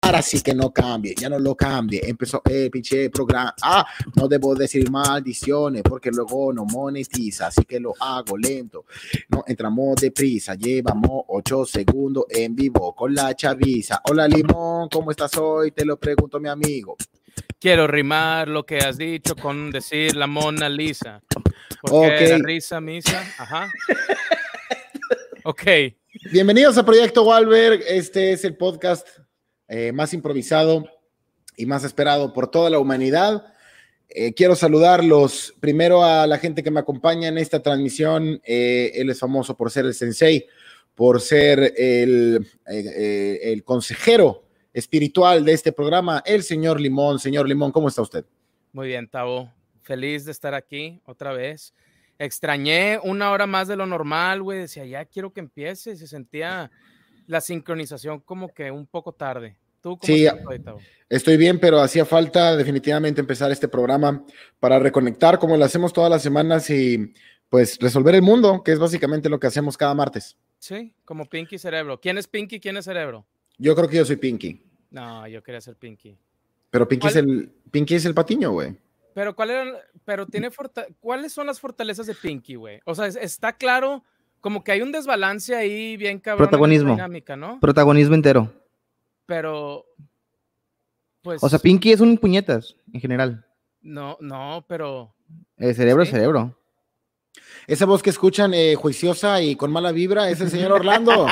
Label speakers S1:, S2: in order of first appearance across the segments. S1: ahora sí que no cambie, ya no lo cambie. Empezó, eh, pinche programa. Ah, no debo decir maldiciones porque luego no monetiza, así que lo hago lento. No entramos deprisa, llevamos 8 segundos en vivo con la chaviza. Hola Limón, ¿cómo estás hoy? Te lo pregunto, mi amigo.
S2: Quiero rimar lo que has dicho con decir la Mona Lisa. Porque
S1: Ok.
S2: la risa, misa, ajá. Ok,
S1: Bienvenidos a Proyecto Walberg. Este es el podcast eh, más improvisado y más esperado por toda la humanidad. Eh, quiero saludarlos primero a la gente que me acompaña en esta transmisión. Eh, él es famoso por ser el sensei, por ser el, eh, eh, el consejero espiritual de este programa, el señor Limón. Señor Limón, ¿cómo está usted?
S2: muy bien, Tavo. Feliz de estar aquí otra vez. Extrañé una hora más de lo normal, güey. Decía, ya quiero que empiece. Se sentía la sincronización como que un poco tarde. ¿Tú cómo
S1: Sí, ah.
S2: estás hoy, Tavo?
S1: Estoy bien, pero hacía falta definitivamente empezar este programa para reconectar como lo hacemos todas las semanas y pues resolver el mundo, que es básicamente lo que hacemos cada martes.
S2: Sí, como Pinky Cerebro. ¿Quién es Pinky? ¿Quién es Cerebro?
S1: Yo creo que yo soy Pinky,
S2: No, yo quería ser Pinky.
S1: pero Pinky, es
S2: ¿Cuál?
S1: el, Pinky es el patiño, güey.
S2: Pero cuál era, pero tiene forta- ¿cuáles son las fortalezas de Pinky, güey? O sea, es- está claro como que hay un desbalance ahí bien cabrón en esa
S3: Protagonismo.
S2: dinámica, ¿no?
S3: Protagonismo entero.
S2: Pero pues
S3: O sea, Pinky es un puñetas, en general.
S2: no, no, pero
S3: El cerebro es
S2: Sí.
S3: cerebro.
S1: Esa voz que escuchan eh, juiciosa y con mala vibra es el señor Orlando,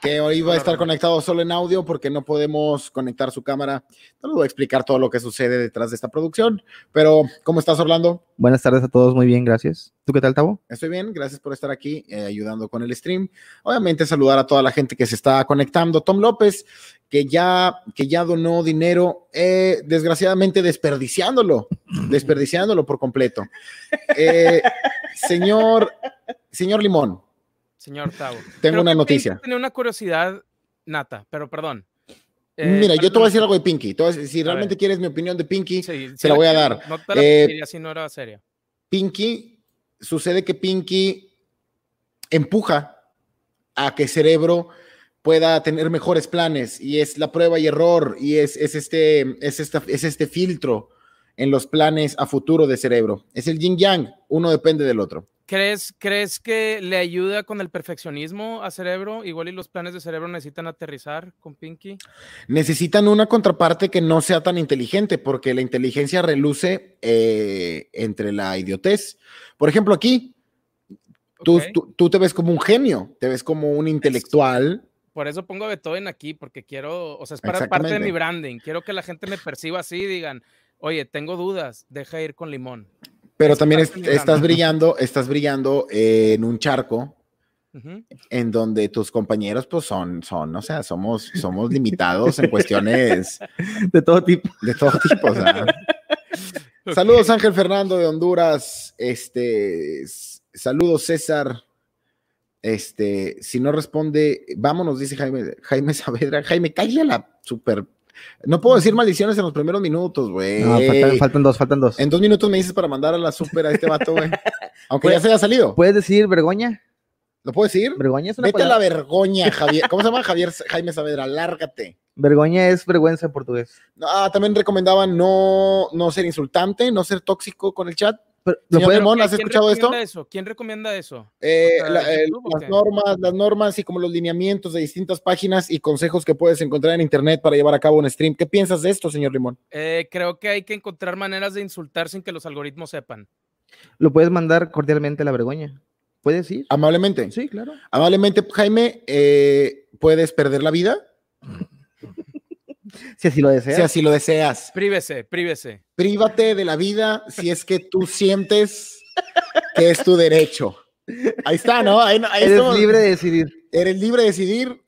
S1: que hoy va a estar conectado solo en audio porque no podemos conectar su cámara. No les voy a explicar todo lo que sucede detrás de esta producción, pero ¿cómo estás, Orlando?
S3: Buenas tardes a todos, muy bien, gracias. ¿Tú qué tal, Tavo?
S1: Estoy bien, gracias por estar aquí eh, ayudando con el stream. Obviamente saludar a toda la gente que se está conectando. Tom López, que ya, que ya donó dinero, eh, desgraciadamente desperdiciándolo, desperdiciándolo por completo. Eh, señor, señor Limón,
S2: señor Tavo.
S1: tengo una
S2: que Pinky
S1: noticia.
S2: Tenía una curiosidad nata, pero perdón. Eh,
S1: Mira, yo te voy a decir
S2: perdón.
S1: algo de Pinky. Te voy a decir, si
S2: ver.
S1: realmente quieres mi opinión de Pinky,
S2: Sí,
S1: se
S2: sí
S1: la voy a
S2: quiero.
S1: dar.
S2: No te la
S1: Eh,
S2: pediría si no era seria.
S1: Pinky, sucede que Pinky empuja a que Cerebro pueda tener mejores planes y es la prueba y error y es, es este, es, esta, es este filtro en los planes a futuro de Cerebro. Es el yin yang, uno depende del otro.
S2: ¿Crees, ¿Crees que le ayuda con el perfeccionismo a cerebro? Igual y los planes de cerebro necesitan aterrizar con Pinky.
S1: Necesitan una contraparte que no sea tan inteligente porque la inteligencia reluce eh, entre la idiotez. Por ejemplo, aquí tú,
S2: Ok.
S1: tú- tú te ves como un genio, te ves como un intelectual.
S2: Por eso pongo a Beethoven aquí, porque quiero, o sea, es para parte de mi
S1: Exactamente.
S2: branding. Quiero que la gente me perciba así y digan, oye, tengo dudas, deja ir con limón.
S1: Pero
S2: Eso
S1: también
S2: está
S1: es-
S2: peligrando.
S1: estás brillando, estás brillando eh, en un charco
S2: Ujú.
S1: en donde tus compañeros pues son, son, o sea, somos, somos limitados en cuestiones
S3: De todo tipo.
S1: de todo tipo. o sea. Saludos Ángel Fernando de Honduras, este, s- saludos César, este, si no responde, vámonos, dice Jaime, Jaime Saavedra, Jaime, cállala, super, no puedo decir maldiciones en los primeros minutos, güey.
S3: No,
S1: Eh,
S3: faltan, faltan dos, faltan dos.
S1: En dos minutos me dices para mandar a la super a este vato, güey. Aunque ya
S3: Pues-
S1: se haya salido.
S3: ¿Puedes decir vergoña?
S1: ¿Lo puedo decir?
S3: Vergoña es una
S1: Vete a la
S3: palabra.
S1: vergoña, Javier. ¿Cómo se llama Javier Jaime Saavedra? Lárgate.
S3: Vergoña es vergüenza en portugués.
S1: Ah, también recomendaban no, no ser insultante, no ser tóxico con el chat.
S3: Pero, ¿lo
S1: Señor
S3: pueden-
S1: Ramón,
S2: ¿qué-
S1: ¿has
S2: quién
S1: escuchado esto?
S2: recomienda eso? ¿Quién recomienda eso?
S1: Eh,
S2: sea,
S1: la- eh,
S2: ¿YouTube o
S1: las
S2: qué?
S1: normas, las normas y como los lineamientos de distintas páginas y consejos que puedes encontrar en internet para llevar a cabo un stream. ¿Qué piensas de esto, señor Limón?
S2: Eh, creo que hay que encontrar maneras de insultar sin que los algoritmos sepan.
S3: ¿Lo puedes mandar cordialmente a la vergoña? ¿Puedes ir?
S1: Amablemente.
S3: Sí, claro.
S1: Amablemente, Jaime, eh, puedes perder la vida
S3: Si así lo deseas.
S1: si así lo deseas.
S2: Prívese, prívese.
S1: Prívate de la vida si es que tú sientes que es tu derecho. Ahí está, ¿no? Ahí, no- ahí
S3: Eres
S1: estamos.
S3: libre de decidir.
S1: Eres libre de decidir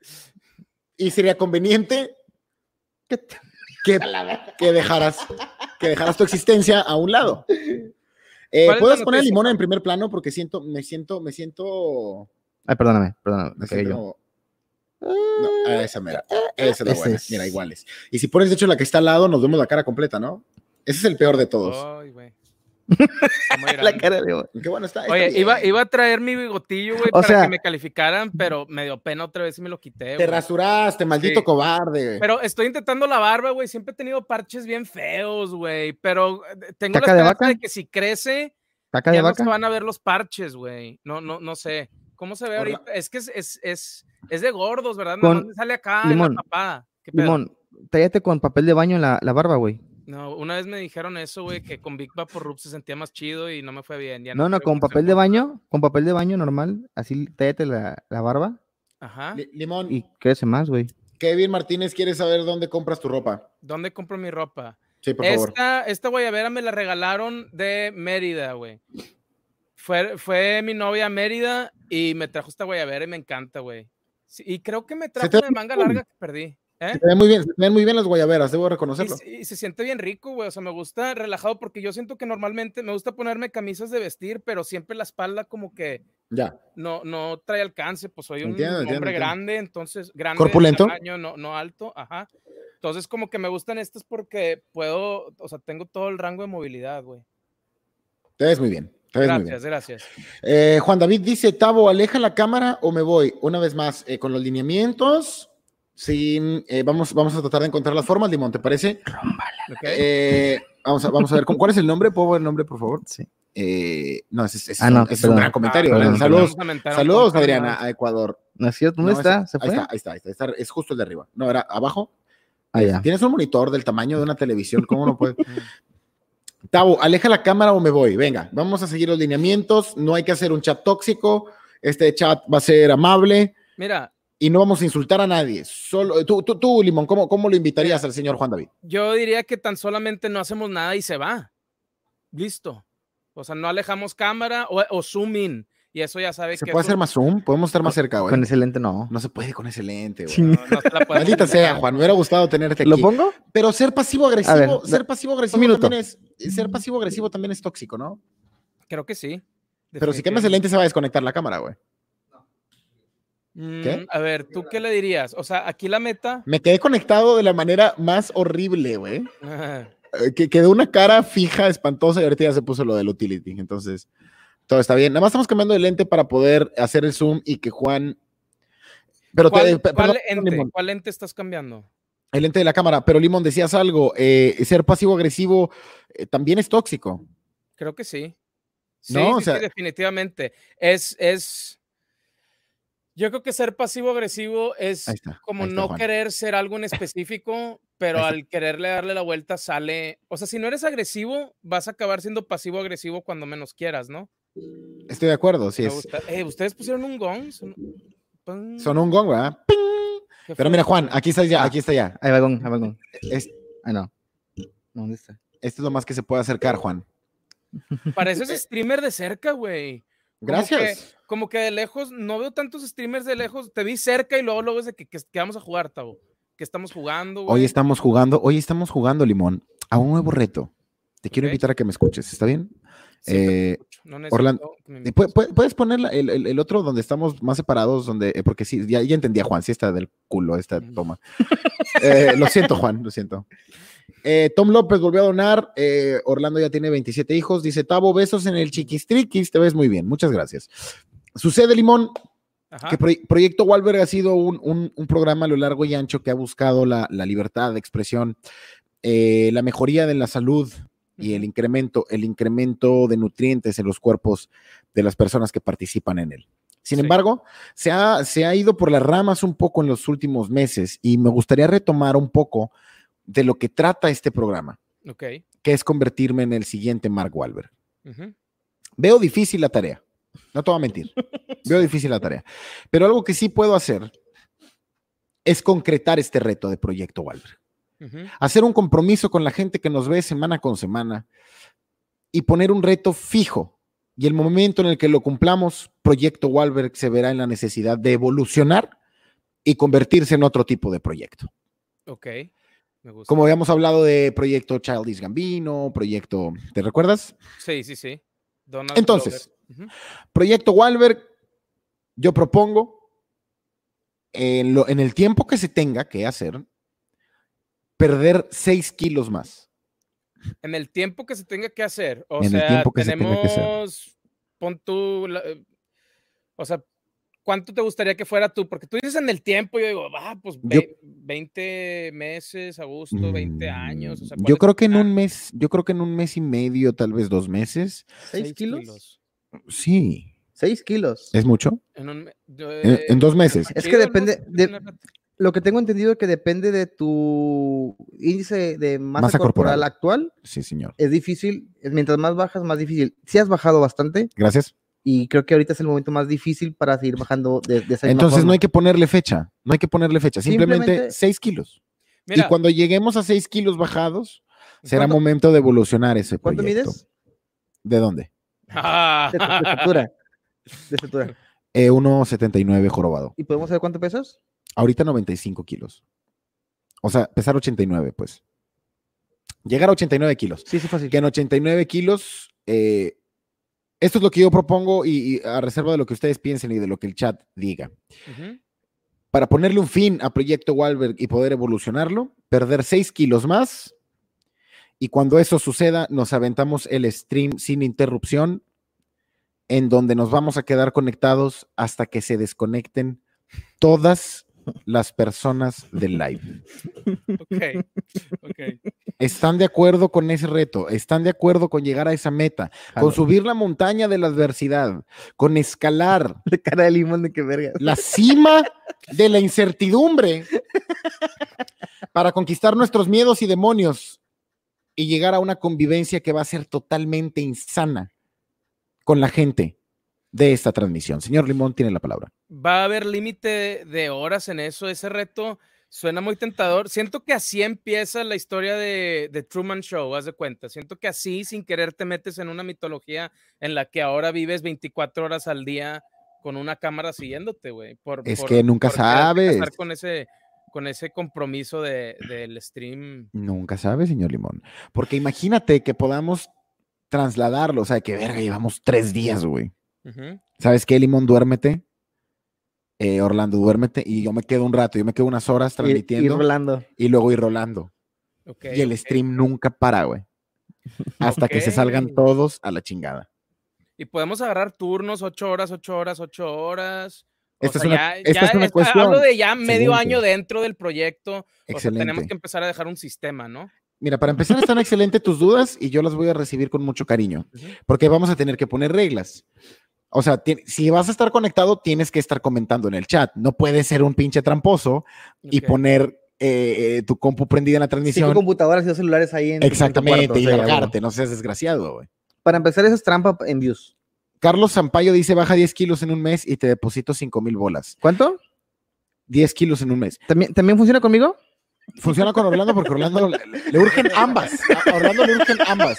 S1: y sería conveniente que, que, que dejaras, que dejaras tu existencia a un lado. Eh,
S2: ¿Cuál es la
S1: ¿Puedes poner
S2: noticia?
S1: limón en primer plano? Porque siento, me siento, me siento.
S3: Ay, perdóname, perdóname.
S1: Me
S3: me cagué
S1: siento
S3: yo.
S1: como- No, ah, esa mera. Esa es la
S3: Ese
S1: buena.
S3: es.
S1: Mira,
S2: Oh.
S1: iguales. Y si pones, de hecho, la que está al lado, nos vemos la cara completa, ¿no? Ese es el peor de todos.
S2: Ay, güey.
S3: La cara de...
S1: Qué bueno está. está
S2: Oye,
S1: bien.
S2: iba, iba a traer mi bigotillo, güey,
S3: O
S2: para
S3: sea-
S2: que me calificaran, pero me dio pena otra vez y me lo
S1: Te
S2: quité, güey.
S1: rasuraste, maldito
S2: Sí.
S1: cobarde.
S2: Pero estoy intentando la barba, güey. Siempre he tenido parches bien feos, güey. Pero eh, tengo la
S3: ¿Caca de
S2: esperanza de,
S3: vaca?
S2: que si crece,
S3: ¿Caca de
S2: ya no se
S3: vaca?
S2: van a ver los parches, güey. No, no, no sé. ¿Cómo se ve
S1: Orla-
S2: ahorita? Es que es, es, es, es de gordos, ¿verdad?
S3: Con
S2: Nada más me sale acá en
S3: limón.
S2: la papada. ¿Qué pedo?
S3: Limón, tállate con papel de baño en la, la barba, güey.
S2: No, una vez me dijeron eso, güey, que con Big Rub se sentía más chido y no me fue bien. ya
S3: No, no,
S2: creo
S3: con
S2: que sea
S3: papel de
S2: bueno.
S3: baño, con papel de baño normal, así tállate la, la barba
S2: Ajá.
S1: Li- Limón,
S3: y crece más, güey.
S1: Kevin Martínez quiere saber dónde compras tu ropa.
S2: ¿Dónde compro mi ropa?
S1: Sí, por favor.
S2: Esta, esta guayabera me la regalaron de Mérida, güey. Fue, fue mi novia a Mérida y me trajo esta guayabera y me encanta, güey. Sí, y creo que me trajo
S1: te
S2: una
S1: ve
S2: manga
S1: bien.
S2: larga que perdí. ¿eh?
S1: Se ven muy bien, se ven muy bien las guayaberas, debo
S2: Y,
S1: reconocerlo.
S2: se- y se siente bien rico, güey. O sea, me gusta relajado porque yo siento que normalmente me gusta ponerme camisas de vestir, pero siempre la espalda como que
S1: Ya.
S2: no, no trae alcance, pues soy un
S1: Entiendo, entiendo,
S2: hombre
S1: entiendo.
S2: grande, entonces grande. de
S1: ¿Corpulento?
S2: tamaño, no, no alto, ajá. Entonces como que me gustan estas porque puedo, o sea, tengo todo el rango de movilidad, güey.
S1: Te ves muy bien. Te ves Pues, muy bien.
S2: Gracias, gracias.
S1: Eh, Juan David dice: Tavo, aleja la cámara o me voy. Una vez más, eh, con los lineamientos. Sin, eh, vamos, vamos a tratar de encontrar las formas, Limón, ¿te parece?
S2: Ok.
S1: Eh, vamos, a, vamos a ver, ¿cómo- ¿cuál es el nombre? ¿Puedo ver el nombre, por favor?
S3: Sí.
S1: Eh, no, ese, ese es
S3: Ah,
S1: un-
S3: no,
S1: ese es un
S3: perdón.
S1: gran comentario.
S2: Ah,
S1: ¿verdad?
S3: perdón,
S1: saludos,
S2: perdón.
S1: saludos,
S2: Nos aventaron con
S1: Adriana, a Ecuador.
S3: No es cierto, ¿dónde
S1: No,
S3: está?
S1: ese-
S3: ¿Se fue?
S1: Ahí está, ahí está, ahí está, está- Es justo el de arriba. No, era abajo.
S3: Ah, ya.
S1: Este, Tienes un monitor del tamaño de una televisión, ¿cómo no puedes? Tavo, aleja la cámara o me voy. Venga, vamos a seguir los lineamientos. No hay que hacer un chat tóxico. Este chat va a ser amable
S2: Mira,
S1: y no vamos a insultar a nadie. Solo tú, tú, tú Limón, ¿cómo, cómo lo invitarías al señor Juan David?
S2: yo diría que tan solamente no hacemos nada y se va. Listo. O sea, no alejamos cámara o, o zoom in. Y eso ya sabe
S1: ¿Se
S2: que
S1: puede
S2: es
S1: hacer
S2: un-
S1: más zoom? Podemos estar más cerca, güey.
S3: Con excelente no.
S1: No se puede con ese lente, güey.
S3: Ching.
S2: no, no se la podemos
S1: Maldita sea,
S2: inventar.
S1: Juan, me hubiera gustado tenerte
S3: ¿Lo
S1: aquí.
S3: pongo?
S1: Pero ser pasivo agresivo,
S3: A ver,
S1: ser
S3: da-
S1: pasivo agresivo
S3: minuto.
S1: también es ser pasivo agresivo también es tóxico, ¿no?
S2: Creo que sí.
S1: Pero si quemas el lente se va a desconectar la cámara, güey.
S2: definitivamente. Mm, a ver, ¿tú qué le dirías? O sea, aquí la meta.
S1: Me quedé conectado de la manera más horrible, güey. Eh, que quedó una cara fija, espantosa, y ahorita ya se puso lo del utility. Entonces, todo está bien. Nada más estamos cambiando de lente para poder hacer el zoom y que Juan. Pero te- eh,
S2: ¿Cuál,
S1: pe-
S2: cuál
S1: perdón,
S2: ente,
S1: Limón,
S2: cuál ente estás cambiando?
S1: el lente de la cámara. Pero Limón, decías algo. eh, ser pasivo-agresivo eh, también es tóxico.
S2: Creo que sí. Sí,
S1: No, o
S2: sí, sí,
S1: sea-
S2: definitivamente. Es, es. Yo creo que ser pasivo-agresivo es
S1: Ahí está.
S2: como
S1: ahí está,
S2: no
S1: Juan.
S2: querer ser algo en específico, pero
S1: Ahí
S2: al quererle darle la vuelta sale. O sea, si no eres agresivo, vas a acabar siendo pasivo-agresivo cuando menos quieras, ¿no?
S1: Estoy de acuerdo, sí.
S2: Me
S1: Es,
S2: gusta. Eh, Ustedes pusieron un gong. Son- Pum,
S1: son un gong, ¿verdad?
S2: ¿qué
S1: Pero
S2: fue?
S1: mira, Juan, aquí está ya,
S3: Ah.
S1: aquí está ya.
S3: Ahí va con, ahí va con.
S1: Es-
S3: Ah, no. No, ¿Dónde está?
S1: esto es lo más que se puede acercar, Juan.
S2: Pareces
S1: eh,
S2: streamer de cerca, güey. Como
S1: Gracias.
S2: Como que de lejos, no veo tantos streamers de lejos. Te vi cerca y luego, luego es de que, que, que vamos a jugar, Tavo. Que estamos jugando, güey.
S1: Hoy estamos jugando, hoy estamos jugando, Limón, a un nuevo reto. Te quiero
S2: Ok.
S1: invitar a que me escuches, ¿está bien?
S2: Sí, pero
S1: Eh,
S2: escucho, no
S1: Orlando,
S2: necesito que me
S1: Eh,
S2: invites.
S1: ¿pue- pue- ¿Puedes poner la- el, el- el otro donde estamos más separados? donde eh, Porque sí, ya, ya entendía, Juan, sí está del culo esta
S2: Ujú.
S1: toma. Eh, lo siento, Juan, lo siento. Eh, Tom López volvió a donar. eh, Orlando ya tiene 27 hijos. Dice, Tavo, besos en el chiquistriquis. Te ves muy bien. Muchas gracias. Sucede, Limón,
S2: Ajá.
S1: que Proye- Proyecto Walberg ha sido un, un- un programa a lo largo y ancho que ha buscado la, la libertad de expresión, eh, la mejoría de la salud y el
S2: Ujú.
S1: incremento, el incremento de nutrientes en los cuerpos de las personas que participan en él. Sin
S2: Sí.
S1: embargo, se ha, se ha ido por las ramas un poco en los últimos meses y me gustaría retomar un poco de lo que trata este programa,
S2: Ok.
S1: que es convertirme en el siguiente Mark Wahlberg.
S2: ujú.
S1: Veo difícil la tarea. No te voy a mentir. Veo difícil la tarea. Pero algo que sí puedo hacer es concretar este reto de Proyecto Walberg.
S2: Ujú.
S1: Hacer un compromiso con la gente que nos ve semana con semana y poner un reto fijo. Y el momento en el que lo cumplamos, Proyecto Walberg se verá en la necesidad de evolucionar y convertirse en otro tipo de proyecto.
S2: Ok. Me gusta.
S1: Como habíamos hablado de Proyecto Childish Gambino, Proyecto... ¿Te recuerdas?
S2: Sí, sí, sí. Donald
S1: Entonces,
S2: Glover. Ujú.
S1: Proyecto Walberg, yo propongo en, lo- en el tiempo que se tenga que hacer, perder 6 kilos más.
S2: En el tiempo que se tenga que hacer. O
S1: En el
S2: sea,
S1: tiempo que se tenga que hacer.
S2: tenemos. Pon tú. la- eh, o sea, ¿cuánto te gustaría que fuera tú? Porque tú dices en el tiempo, yo digo, ah, pues
S1: Yo-
S2: ve- 20 meses a gusto, 20
S1: Mm,
S2: años. o sea, ¿cuál
S1: yo
S2: es
S1: creo
S2: tu
S1: que en
S2: plan?
S1: un mes, yo creo que en un mes y medio, tal vez dos meses.
S3: ¿Seis
S2: Seis
S3: kilos?
S1: Sí,
S3: ¿Seis kilos?
S1: es mucho.
S2: En, un me- yo,
S1: En,
S2: eh,
S1: en dos meses.
S3: Es que
S2: chido, ¿no?
S3: depende
S2: Sí,
S3: de-
S2: una-
S3: Lo que tengo entendido es que depende de tu índice de masa,
S1: Masa
S3: corporal,
S1: corporal.
S3: actual.
S1: Sí, señor.
S3: Es difícil, es- mientras más bajas, más difícil. Si has bajado bastante
S1: Gracias.
S3: y creo que ahorita es el momento más difícil para seguir bajando de, de esa misma
S1: Entonces no
S3: forma.
S1: hay que ponerle fecha. No hay que ponerle fecha. Simplemente
S3: Simplemente-
S1: seis kilos.
S2: Mira,
S1: Y cuando lleguemos a seis kilos bajados, será
S3: ¿Cuánto-
S1: momento de evolucionar ese
S3: ¿Cuánto
S1: proyecto.
S3: mides?
S1: ¿De dónde?
S2: ah,
S3: De, tu- de estatura. De estatura.
S1: Eh, 1,79 jorobado.
S3: ¿Y podemos saber cuánto pesas?
S1: Ahorita 95 kilos. O sea, pesar 89, pues. Llegar a 89 kilos.
S3: Sí, sí, fácil.
S1: que en 89 kilos, eh, esto es lo que yo propongo y, y a reserva de lo que ustedes piensen y de lo que el chat diga.
S2: ujú.
S1: Para ponerle un fin a Proyecto Walberg y poder evolucionarlo, perder 6 kilos más y cuando eso suceda nos aventamos el stream sin interrupción en donde nos vamos a quedar conectados hasta que se desconecten todas las personas del live.
S2: Ok, ok.
S1: ¿Están de acuerdo con ese reto? ¿Están de acuerdo con llegar a esa meta? Con
S3: Jalo.
S1: subir la montaña de la adversidad, con escalar
S3: De cara de limón, de que verga.
S1: la cima de la incertidumbre para conquistar nuestros miedos y demonios y llegar a una convivencia que va a ser totalmente insana con la gente de esta transmisión. Señor Limón tiene la palabra.
S2: Va a haber límite de horas en eso. Ese reto suena muy tentador. Siento que así empieza la historia de, de Truman Show, haz de cuenta. Siento que así, sin querer, te metes en una mitología en la que ahora vives 24 horas al día con una cámara siguiéndote, güey. por-
S1: Es
S2: por-
S1: que nunca
S2: por quererte casar
S1: sabes.
S2: Con ese, con ese compromiso de- del stream.
S1: Nunca sabe, señor Limón. Porque imagínate que podamos trasladarlo. O sea, que verga, llevamos tres días, güey.
S2: Ujú.
S1: ¿Sabes qué, Limón? Duérmete. Eh, Orlando, duérmete. Y yo me quedo un rato, yo me quedo unas horas
S3: Ir- ir
S1: transmitiendo y,
S3: rolando.
S1: luego ir rolando.
S2: Ok,
S1: y el
S2: ok.
S1: stream nunca para, güey. Hasta que se salgan
S2: Ok.
S1: todos a la chingada.
S2: Y podemos agarrar turnos, ocho horas, ocho horas, ocho horas. O
S1: Esta es
S2: sea,
S1: una-
S2: ya-
S1: esta
S2: ya
S1: es una
S2: está- Hablo
S1: cuestión.
S2: de ya medio
S1: Excelente.
S2: año dentro del proyecto. O sea,
S1: Excelente.
S2: tenemos que empezar a dejar un sistema, ¿no?
S1: Mira, para empezar, están excelentes tus dudas y yo las voy a recibir con mucho cariño.
S2: Ujú.
S1: Porque vamos a tener que poner reglas. O sea, ti- si vas a estar conectado, tienes que estar comentando en el chat. No puedes ser un pinche tramposo y
S2: Ok.
S1: poner eh, eh, tu compu prendida en la
S3: Cinco
S1: transmisión.
S3: computadoras y dos celulares ahí en tu- en tu
S1: Exactamente,
S3: cuarto,
S1: y
S3: o sea,
S1: largarte. No seas desgraciado, güey.
S3: Para empezar, eso es trampa en views.
S1: Carlos Zampayo dice, baja 10 kilos en un mes y te deposito 5 mil bolas.
S3: ¿Cuánto?
S1: 10 kilos en un mes.
S3: ¿También, ¿También funciona conmigo?
S1: Funciona con Orlando porque Orlando le, le urgen ambas. A Orlando le urgen ambas.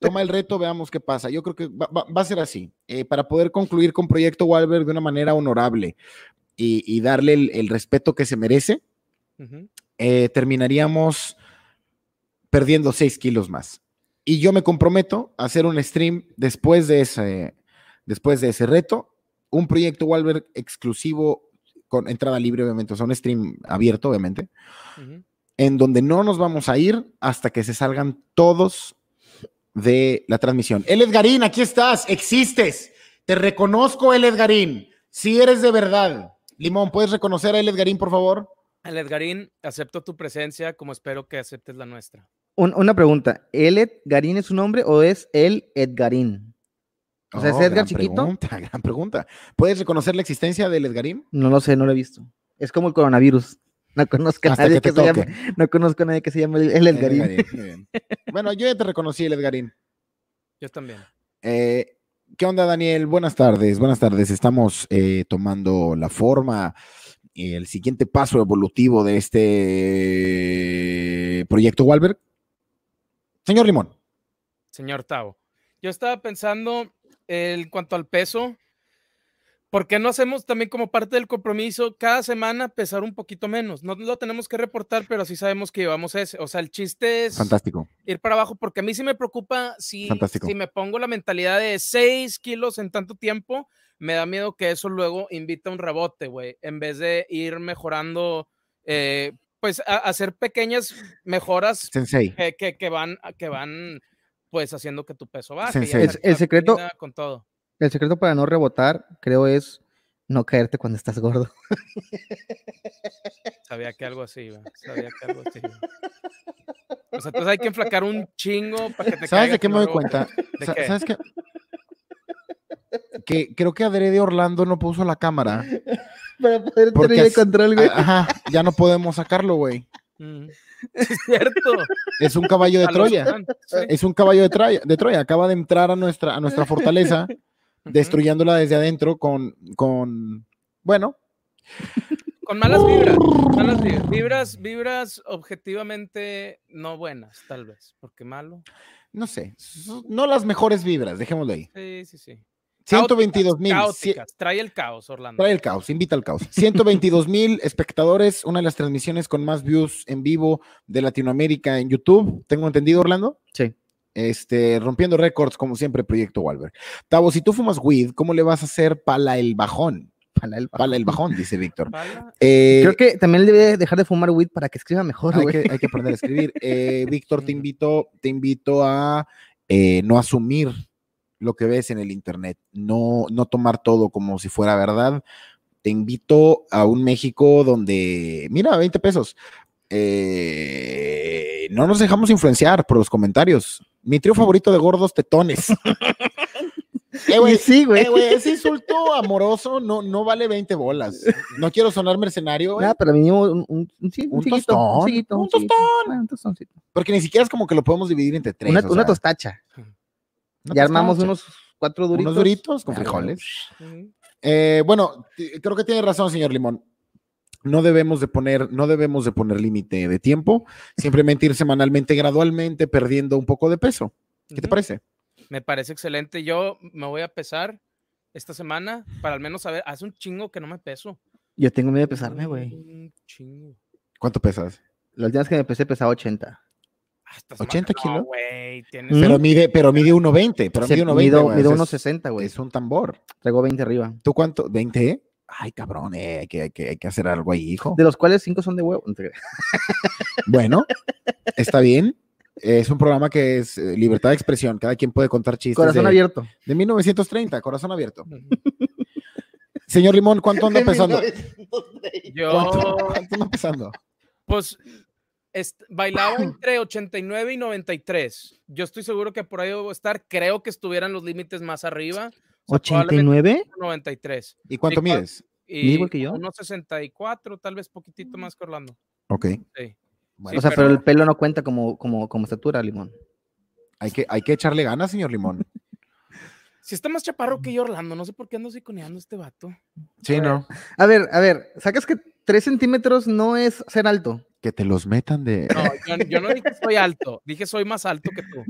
S1: Toma el reto, veamos qué pasa. Yo creo que va, va- va a ser así. eh, para poder concluir con Proyecto Walberg de una manera honorable y, y darle el- el respeto que se merece,
S2: Ujú.
S1: eh, terminaríamos perdiendo 6 kilos más. Y yo me comprometo a hacer un stream después de ese, después de ese reto, un proyecto Walberg exclusivo con entrada libre, obviamente, o sea, un stream abierto, obviamente,
S2: Ujú.
S1: en donde no nos vamos a ir hasta que se salgan todos de la transmisión. El Edgarín, aquí estás, existes. Te reconozco, El Edgarín. Si eres de verdad. Limón, ¿puedes reconocer a El Edgarín, por favor?
S2: Al Edgarín, acepto tu presencia como espero que aceptes la nuestra.
S3: Un- una pregunta. ¿El Edgarín es su nombre o es el Edgarín? O sea, ¿es Edgar
S1: gran
S3: chiquito?
S1: Pregunta, gran pregunta. ¿Puedes reconocer la existencia del Edgarín?
S3: No lo sé, no lo he visto. Es como el coronavirus. No conozco a
S1: Hasta
S3: nadie
S1: que
S3: que,
S1: te
S3: se
S1: toque.
S3: llame, no conozco a nadie que se llame el- el
S1: El
S3: Edgarín.
S1: Edgarín, muy bien. bueno, yo ya te reconocí, el Edgarín.
S2: Yo también.
S1: Eh, ¿Qué onda, Daniel? Buenas tardes, buenas tardes. Estamos eh, tomando la forma, eh, el siguiente paso evolutivo de este proyecto Walberg. Señor Limón,
S2: Señor Tavo. Yo estaba pensando eh, en cuanto al peso, ¿por qué no hacemos también como parte del compromiso cada semana pesar un poquito menos? No lo tenemos que reportar, pero sí sabemos que llevamos ese. O sea, el chiste es
S1: fantástico.
S2: ir para abajo, porque a mí sí me preocupa si,
S1: Fantástico.
S2: si me pongo la mentalidad de 6 kilos en tanto tiempo, me da miedo que eso luego invita a un rebote, güey, en vez de ir mejorando eh, pues a- hacer pequeñas mejoras
S1: Sensei.
S2: que, que- que van, que van pues haciendo que tu peso baje.
S1: Sensei.
S3: Es- el secreto-
S2: termina Con todo.
S3: El secreto para no rebotar, creo, es no caerte cuando estás gordo.
S2: Sabía que algo así iba. Sabía que algo así iba. O sea, entonces hay que enflacar un chingo para que te
S1: ¿Sabes de
S2: caigas
S1: qué
S2: y
S1: me doy
S2: luego-
S1: cuenta?
S2: ¿De
S1: Sa-
S2: qué?
S1: ¿Sabes qué? Que creo que Adrede Orlando no puso la cámara.
S3: Para poder
S1: Porque Ah,
S3: tener el
S1: as-
S3: control, güey.
S1: Ajá, ya no podemos sacarlo, güey.
S2: Mm. Sí, es cierto.
S1: Es un caballo de
S2: A los
S1: Troya.
S2: fans, sí.
S1: Es un caballo de Troya, de Troya. Acaba de entrar a nuestra, a nuestra fortaleza,
S2: Ujú.
S1: destruyéndola desde adentro con, con, bueno,
S2: Con malas vibras. Malas vibras. Vibras, vibras objetivamente no buenas, tal vez. Porque malo.
S1: no sé, s- no las mejores vibras, dejémoslo ahí.
S2: Sí, sí, sí.
S1: 122 mil.
S2: Caóticas. Trae el caos, Orlando.
S1: Trae el caos, invita al caos. 122 mil espectadores, una de las transmisiones con más views en vivo de Latinoamérica en YouTube. ¿Tengo entendido, Orlando?
S3: Sí.
S1: Este, rompiendo récords, como siempre, Proyecto Walberg. Tavo, si tú fumas weed, ¿cómo le vas a hacer pala el bajón?
S3: Ojalá el-
S1: Pala el bajón, dice Víctor.
S2: Pala.
S1: Eh,
S3: Creo que también él debe dejar de fumar weed para que escriba mejor,
S1: hay,
S3: güey.
S1: que, hay que aprender a escribir. Eh, Víctor, te invito, te invito a eh, no asumir lo que ves en el internet, no, no tomar todo como si fuera verdad. Te invito a un México donde, mira, 20 pesos. Eh, no nos dejamos influenciar por los comentarios. Mi trío favorito de gordos, tetones. Eh, güey,
S3: Y sí, güey.
S1: eh, güey, ese insulto amoroso no, no vale 20 bolas. No quiero sonar mercenario, güey,
S3: Nada, pero mínimo un, un, un, sí,
S1: Un
S3: un, chiquito,
S1: tostón,
S3: un chiquito,
S1: un
S3: chiquito. Bueno, un tostoncito.
S1: porque ni siquiera es como que lo podemos dividir entre tres.
S3: Una,
S1: o
S3: una
S1: sea.
S3: tostacha.
S1: Una
S3: ya armamos
S1: tostacha,
S3: unos cuatro duritos.
S1: unos duritos con
S3: Ya, bueno.
S1: frijoles.
S2: Mm.
S1: Eh, bueno, t- creo que tiene razón, señor Limón. No debemos de poner, no debemos de poner límite de tiempo, simplemente ir semanalmente, gradualmente, perdiendo un poco de peso. ¿Qué te
S2: Ujú.
S1: parece?
S2: Me parece excelente. Yo me voy a pesar esta semana para al menos saber. Hace un chingo que no me peso.
S3: Yo tengo miedo de pesarme, güey.
S2: Un chingo.
S1: ¿Cuánto pesas?
S3: La última vez que me pesé pesaba 80.
S2: Ah, estás mal-
S1: 80
S2: no,
S1: kilos.
S2: güey, tienes-
S3: Mm.
S1: Pero mide, pero mide 1.20, pero
S3: Se-
S1: mide 1.20.
S3: mido
S1: güey, o
S3: mido
S1: sea, es-
S3: unos 60, güey.
S1: Es un tambor.
S3: Traigo 20 arriba.
S1: ¿Tú cuánto? ¿20? Ay, cabrón, eh, hay, que, hay que- hay que hacer algo ahí, hijo.
S3: De los cuales 5 son de huevo. No te creas.
S1: Bueno, está bien. Es un programa que es eh, libertad de expresión. Cada quien puede contar chistes.
S3: Corazón
S1: de-
S3: abierto.
S1: De 1930, corazón abierto.
S2: Ujú.
S1: Señor Limón, ¿cuánto anda pesando?
S2: Yo,
S1: ¿Cuánto anda pesando?
S2: pues, est- bailaba entre 89 y 93. Yo estoy seguro que por ahí debo estar. Creo que estuvieran los límites más arriba. O sea, probablemente
S3: ¿89?
S2: 93.
S1: ¿Y cuánto
S2: ¿Y cuál-
S1: mides?
S2: Y
S3: igual que yo? Mm.
S2: unos 64, tal vez poquitito más que Orlando.
S1: Ok.
S2: Sí.
S1: Bueno,
S3: o sea,
S2: Sí,
S3: pero...
S2: pero-
S3: el pelo no cuenta como, como, como estatura, Limón.
S1: hay, que, hay que echarle ganas, señor Limón.
S2: Si está más chaparro
S3: Mm.
S2: que yo, Orlando, no sé por qué ando siconeando este vato.
S1: Sí, no.
S3: A ver, a ver, sacas que 3 centímetros no es ser alto.
S1: Que te los metan de.
S2: No, yo, yo no dije soy alto, dije soy más alto que tú.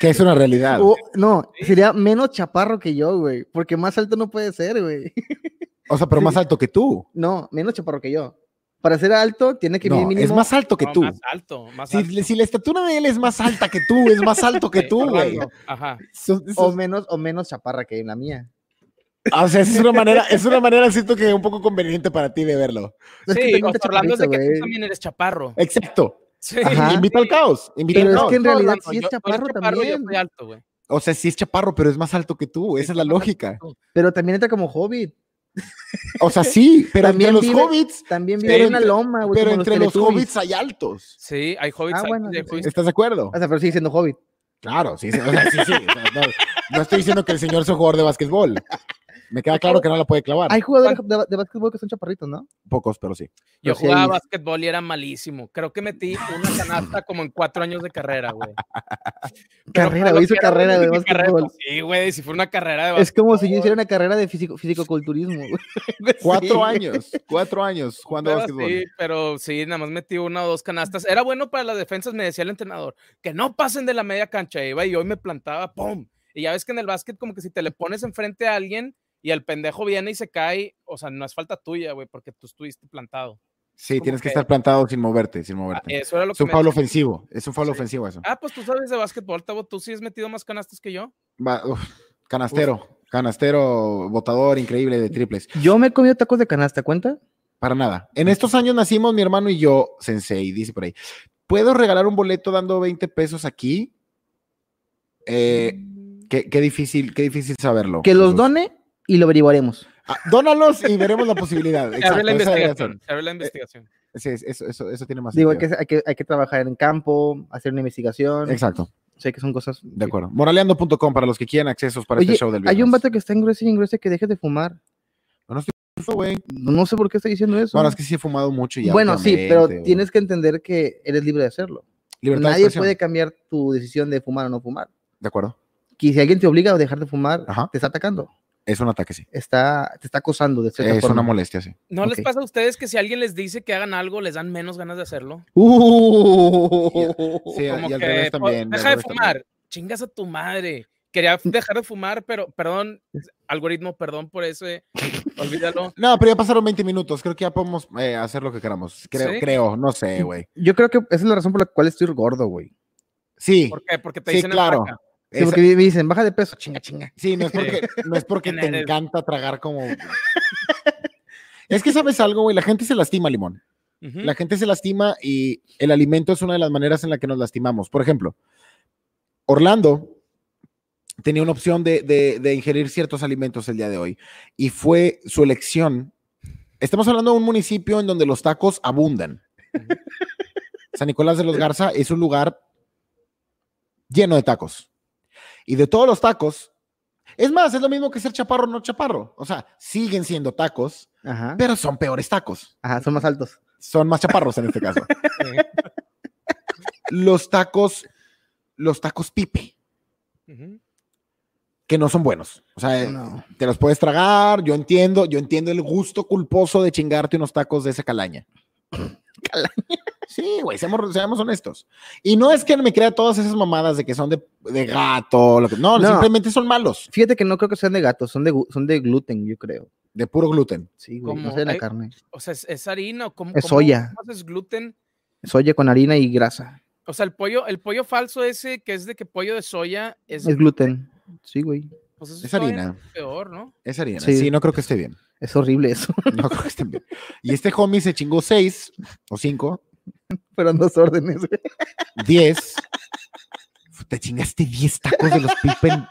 S1: Que es una realidad.
S3: O- no, sería menos chaparro que yo, güey. Porque más alto no puede ser, güey.
S1: O sea, pero más alto que tú.
S3: No, menos chaparro que yo. Para ser alto, tiene que medir
S1: No, es
S3: mínimo-
S1: más alto que
S2: No,
S1: tú.
S2: Más alto, más
S1: Si,
S2: alto.
S1: si la estatura de él es más alta que tú, es más alto que
S2: Sí,
S1: tú, güey.
S2: Orlando, Ajá.
S1: Son- son-
S3: o menos o menos chaparra que la mía.
S1: O sea, es una manera, es una manera, siento que un poco conveniente para ti de verlo.
S3: No, es que
S2: sí,
S3: tengo
S2: o
S3: un
S2: sea, Orlando es de que
S3: chaparrito,
S2: tú
S3: güey.
S2: también eres chaparro.
S1: Exacto.
S2: Sí.
S3: Ajá.
S1: Invita al caos. Invita
S3: Pero
S1: al
S3: es
S1: caos.
S3: que en realidad
S2: Orlando,
S3: sí es
S2: yo- tú eres
S3: chaparro
S2: y yo
S3: también.
S2: soy alto, güey.
S1: O sea, sí es chaparro, pero es más alto que tú. Esa es la lógica.
S3: Pero también entra como hobbit.
S1: O sea, sí, pero
S3: También
S1: entre los
S3: vive-
S1: hobbits,
S3: También
S1: Sí,
S3: vive
S1: pero
S3: en una
S1: entre-
S3: loma, güey.
S1: pero
S3: como
S1: entre los
S3: Teletubbies.
S1: hobbits hay altos.
S2: Sí, hay hobbits.
S3: Ah,
S2: altos
S3: bueno,
S2: y hay
S3: sí,
S2: hobbits-
S1: ¿Estás de acuerdo?
S3: O sea, pero sigue siendo hobbit.
S1: Claro, sí, sí, o sea, sí, sí, o sea, no, no estoy diciendo que el señor sea un jugador de básquetbol. Me queda claro que no la puede
S2: Ah,
S1: clavar.
S3: Hay jugadores de, de básquetbol que son chaparritos, ¿no?
S1: pocos, pero sí.
S2: Yo
S3: pero sí hay-
S2: jugaba básquetbol y era malísimo. Creo que metí una canasta como en cuatro años de carrera, güey. Pero
S3: Carrera,
S2: para
S3: güey,
S2: lo
S3: hizo
S2: que era, güey,
S3: carrera de
S2: mi carrera,
S3: básquetbol.
S2: pues, Sí, güey, si fue una carrera de básquetbol.
S3: Es como si yo hiciera una carrera de físico, fisicoculturismo. güey.
S1: Cuatro
S3: Sí.
S1: años, cuatro años jugando
S2: Pero
S1: básquetbol.
S2: sí, pero sí, nada más metí una o dos canastas. Era bueno para las defensas, me decía el entrenador, que no pasen de la media cancha, iba y hoy me plantaba, ¡pum! Y ya ves que en el básquet como que si te le pones enfrente a alguien y el pendejo viene y se cae, o sea, no es falta tuya, güey, porque tú estuviste plantado.
S1: Sí,
S2: como
S1: tienes que
S2: que-
S1: estar plantado sin moverte, sin
S2: Ah,
S1: moverte.
S2: Eso era lo
S1: Es
S2: que
S1: un
S2: me
S1: Pablo
S2: decía.
S1: ofensivo, es un Pablo
S2: Sí.
S1: ofensivo eso.
S2: Ah, pues tú sabes de básquetbol, Tabo, tú sí has metido más canastas que yo.
S1: Va, uf, canastero, canastero, botador increíble de triples.
S3: Yo me he comido tacos de canasta, ¿cuenta?
S1: para nada. En estos años nacimos mi hermano y yo, Sensei, dice por ahí. ¿Puedo regalar un boleto dando 20 pesos aquí? Eh, qué, qué difícil, qué difícil saberlo.
S3: Mm. Que los
S1: Jesús.
S3: done y lo averiguaremos.
S1: Ah, dónalos y veremos la posibilidad.
S2: Se abre
S1: Exacto, esa
S2: la
S1: debería
S2: investigación. Se abre la investigación.
S1: ser. Sí, es- eso, eso- eso tiene más
S3: Digo, hay que,
S1: sentido.
S3: hay, que, hay que trabajar en campo, hacer una investigación.
S1: Exacto,
S3: Sé que son cosas.
S1: de acuerdo. Moraleando.com para los que quieran accesos para
S3: Oye,
S1: este show del viernes.
S3: hay un vato que está engruesa y engruesa que dejes de fumar.
S1: No, no estoy fumando, güey.
S3: No sé por qué está diciendo eso.
S1: Bueno, es que sí he fumado mucho y ya
S3: Bueno, sí, pero
S1: últimamente, güey.
S3: tienes que entender que eres libre de hacerlo.
S1: Libertad de
S3: Nadie
S1: expresión.
S3: puede cambiar tu decisión de fumar o no fumar.
S1: De acuerdo.
S3: Que si alguien te obliga a dejar de fumar,
S1: Ajá.
S3: te está atacando.
S1: Es un ataque, sí.
S3: Está, te está acosando de cierta
S1: Es
S3: forma.
S1: una molestia, sí.
S2: ¿No les
S3: Ok.
S2: pasa a ustedes que si alguien les dice que hagan algo, les dan menos ganas de hacerlo?
S3: ¡Uh!
S1: Sí,
S2: Como
S1: y al
S2: que,
S1: revés
S2: "Po-
S1: también. y al
S2: deja de
S1: revés también.
S2: fumar, chingas a tu madre. Quería dejar de fumar, pero perdón, algoritmo, perdón por ese, olvídalo.
S1: No, pero ya pasaron 20 minutos. Creo que ya podemos eh, hacer lo que queramos. Creo,
S2: ¿Sí?
S1: creo no sé, güey.
S3: Yo creo que esa es la razón por la cual estoy gordo, güey.
S1: Sí,
S2: ¿Por qué? Porque te
S1: sí,
S2: dicen
S1: claro.
S2: "Empaca".
S3: Sí,
S1: Esa-
S3: porque me dicen, baja de peso, chinga, chinga.
S1: Sí, no es porque, no es porque
S2: ¿Quién
S1: te
S2: eres?
S1: encanta tragar como. Es que sabes algo, güey. La gente se lastima, Limón.
S2: Ujú.
S1: La gente se lastima y el alimento es una de las maneras en la que nos lastimamos. Por ejemplo, Orlando tenía una opción de, de- de ingerir ciertos alimentos el día de hoy y fue su elección. Estamos hablando de un municipio en donde los tacos abundan. San Nicolás de los Garza es un lugar lleno de tacos. Y de todos los tacos, es más, es lo mismo que ser chaparro o no chaparro. O sea, siguen siendo tacos,
S3: Ajá.
S1: pero son peores tacos
S3: Ajá, son más altos.
S1: son más chaparros en este caso. los tacos, los tacos pipe,
S2: Ujú.
S1: que no son buenos. O sea, eh,
S3: No.
S1: te los puedes tragar, yo entiendo, yo entiendo el gusto culposo de chingarte unos tacos de esa calaña. Sí, güey, seamos, seamos honestos. Y no es que me crea todas esas mamadas de que son de, de gato, lo que- no,
S3: No.
S1: simplemente son malos,
S3: Fíjate que no creo que sean de gatos, son de, gu- son de gluten, yo creo.
S1: de puro gluten.
S3: Sí, güey. No
S2: Como
S3: sé de la
S2: hay-
S3: carne.
S2: O sea, ¿es, es harina o cómo?
S3: Es
S2: cómo-
S3: soya.
S2: cómo haces gluten?
S3: Soya con harina y grasa.
S2: O sea, el pollo, el pollo falso ese que es de que pollo de soya es,
S3: Es gluten. Sí, güey.
S2: pues eso
S1: Es
S2: está bien
S1: harina.
S2: peor, ¿no?
S1: Es harina.
S3: Sí.
S1: sí, no creo que esté bien.
S3: Es horrible eso.
S1: No creo que esté bien. Y este homie se chingó seis o cinco
S3: Fueron dos órdenes, güey.
S1: 10. Te chingaste 10 tacos de los Pippen.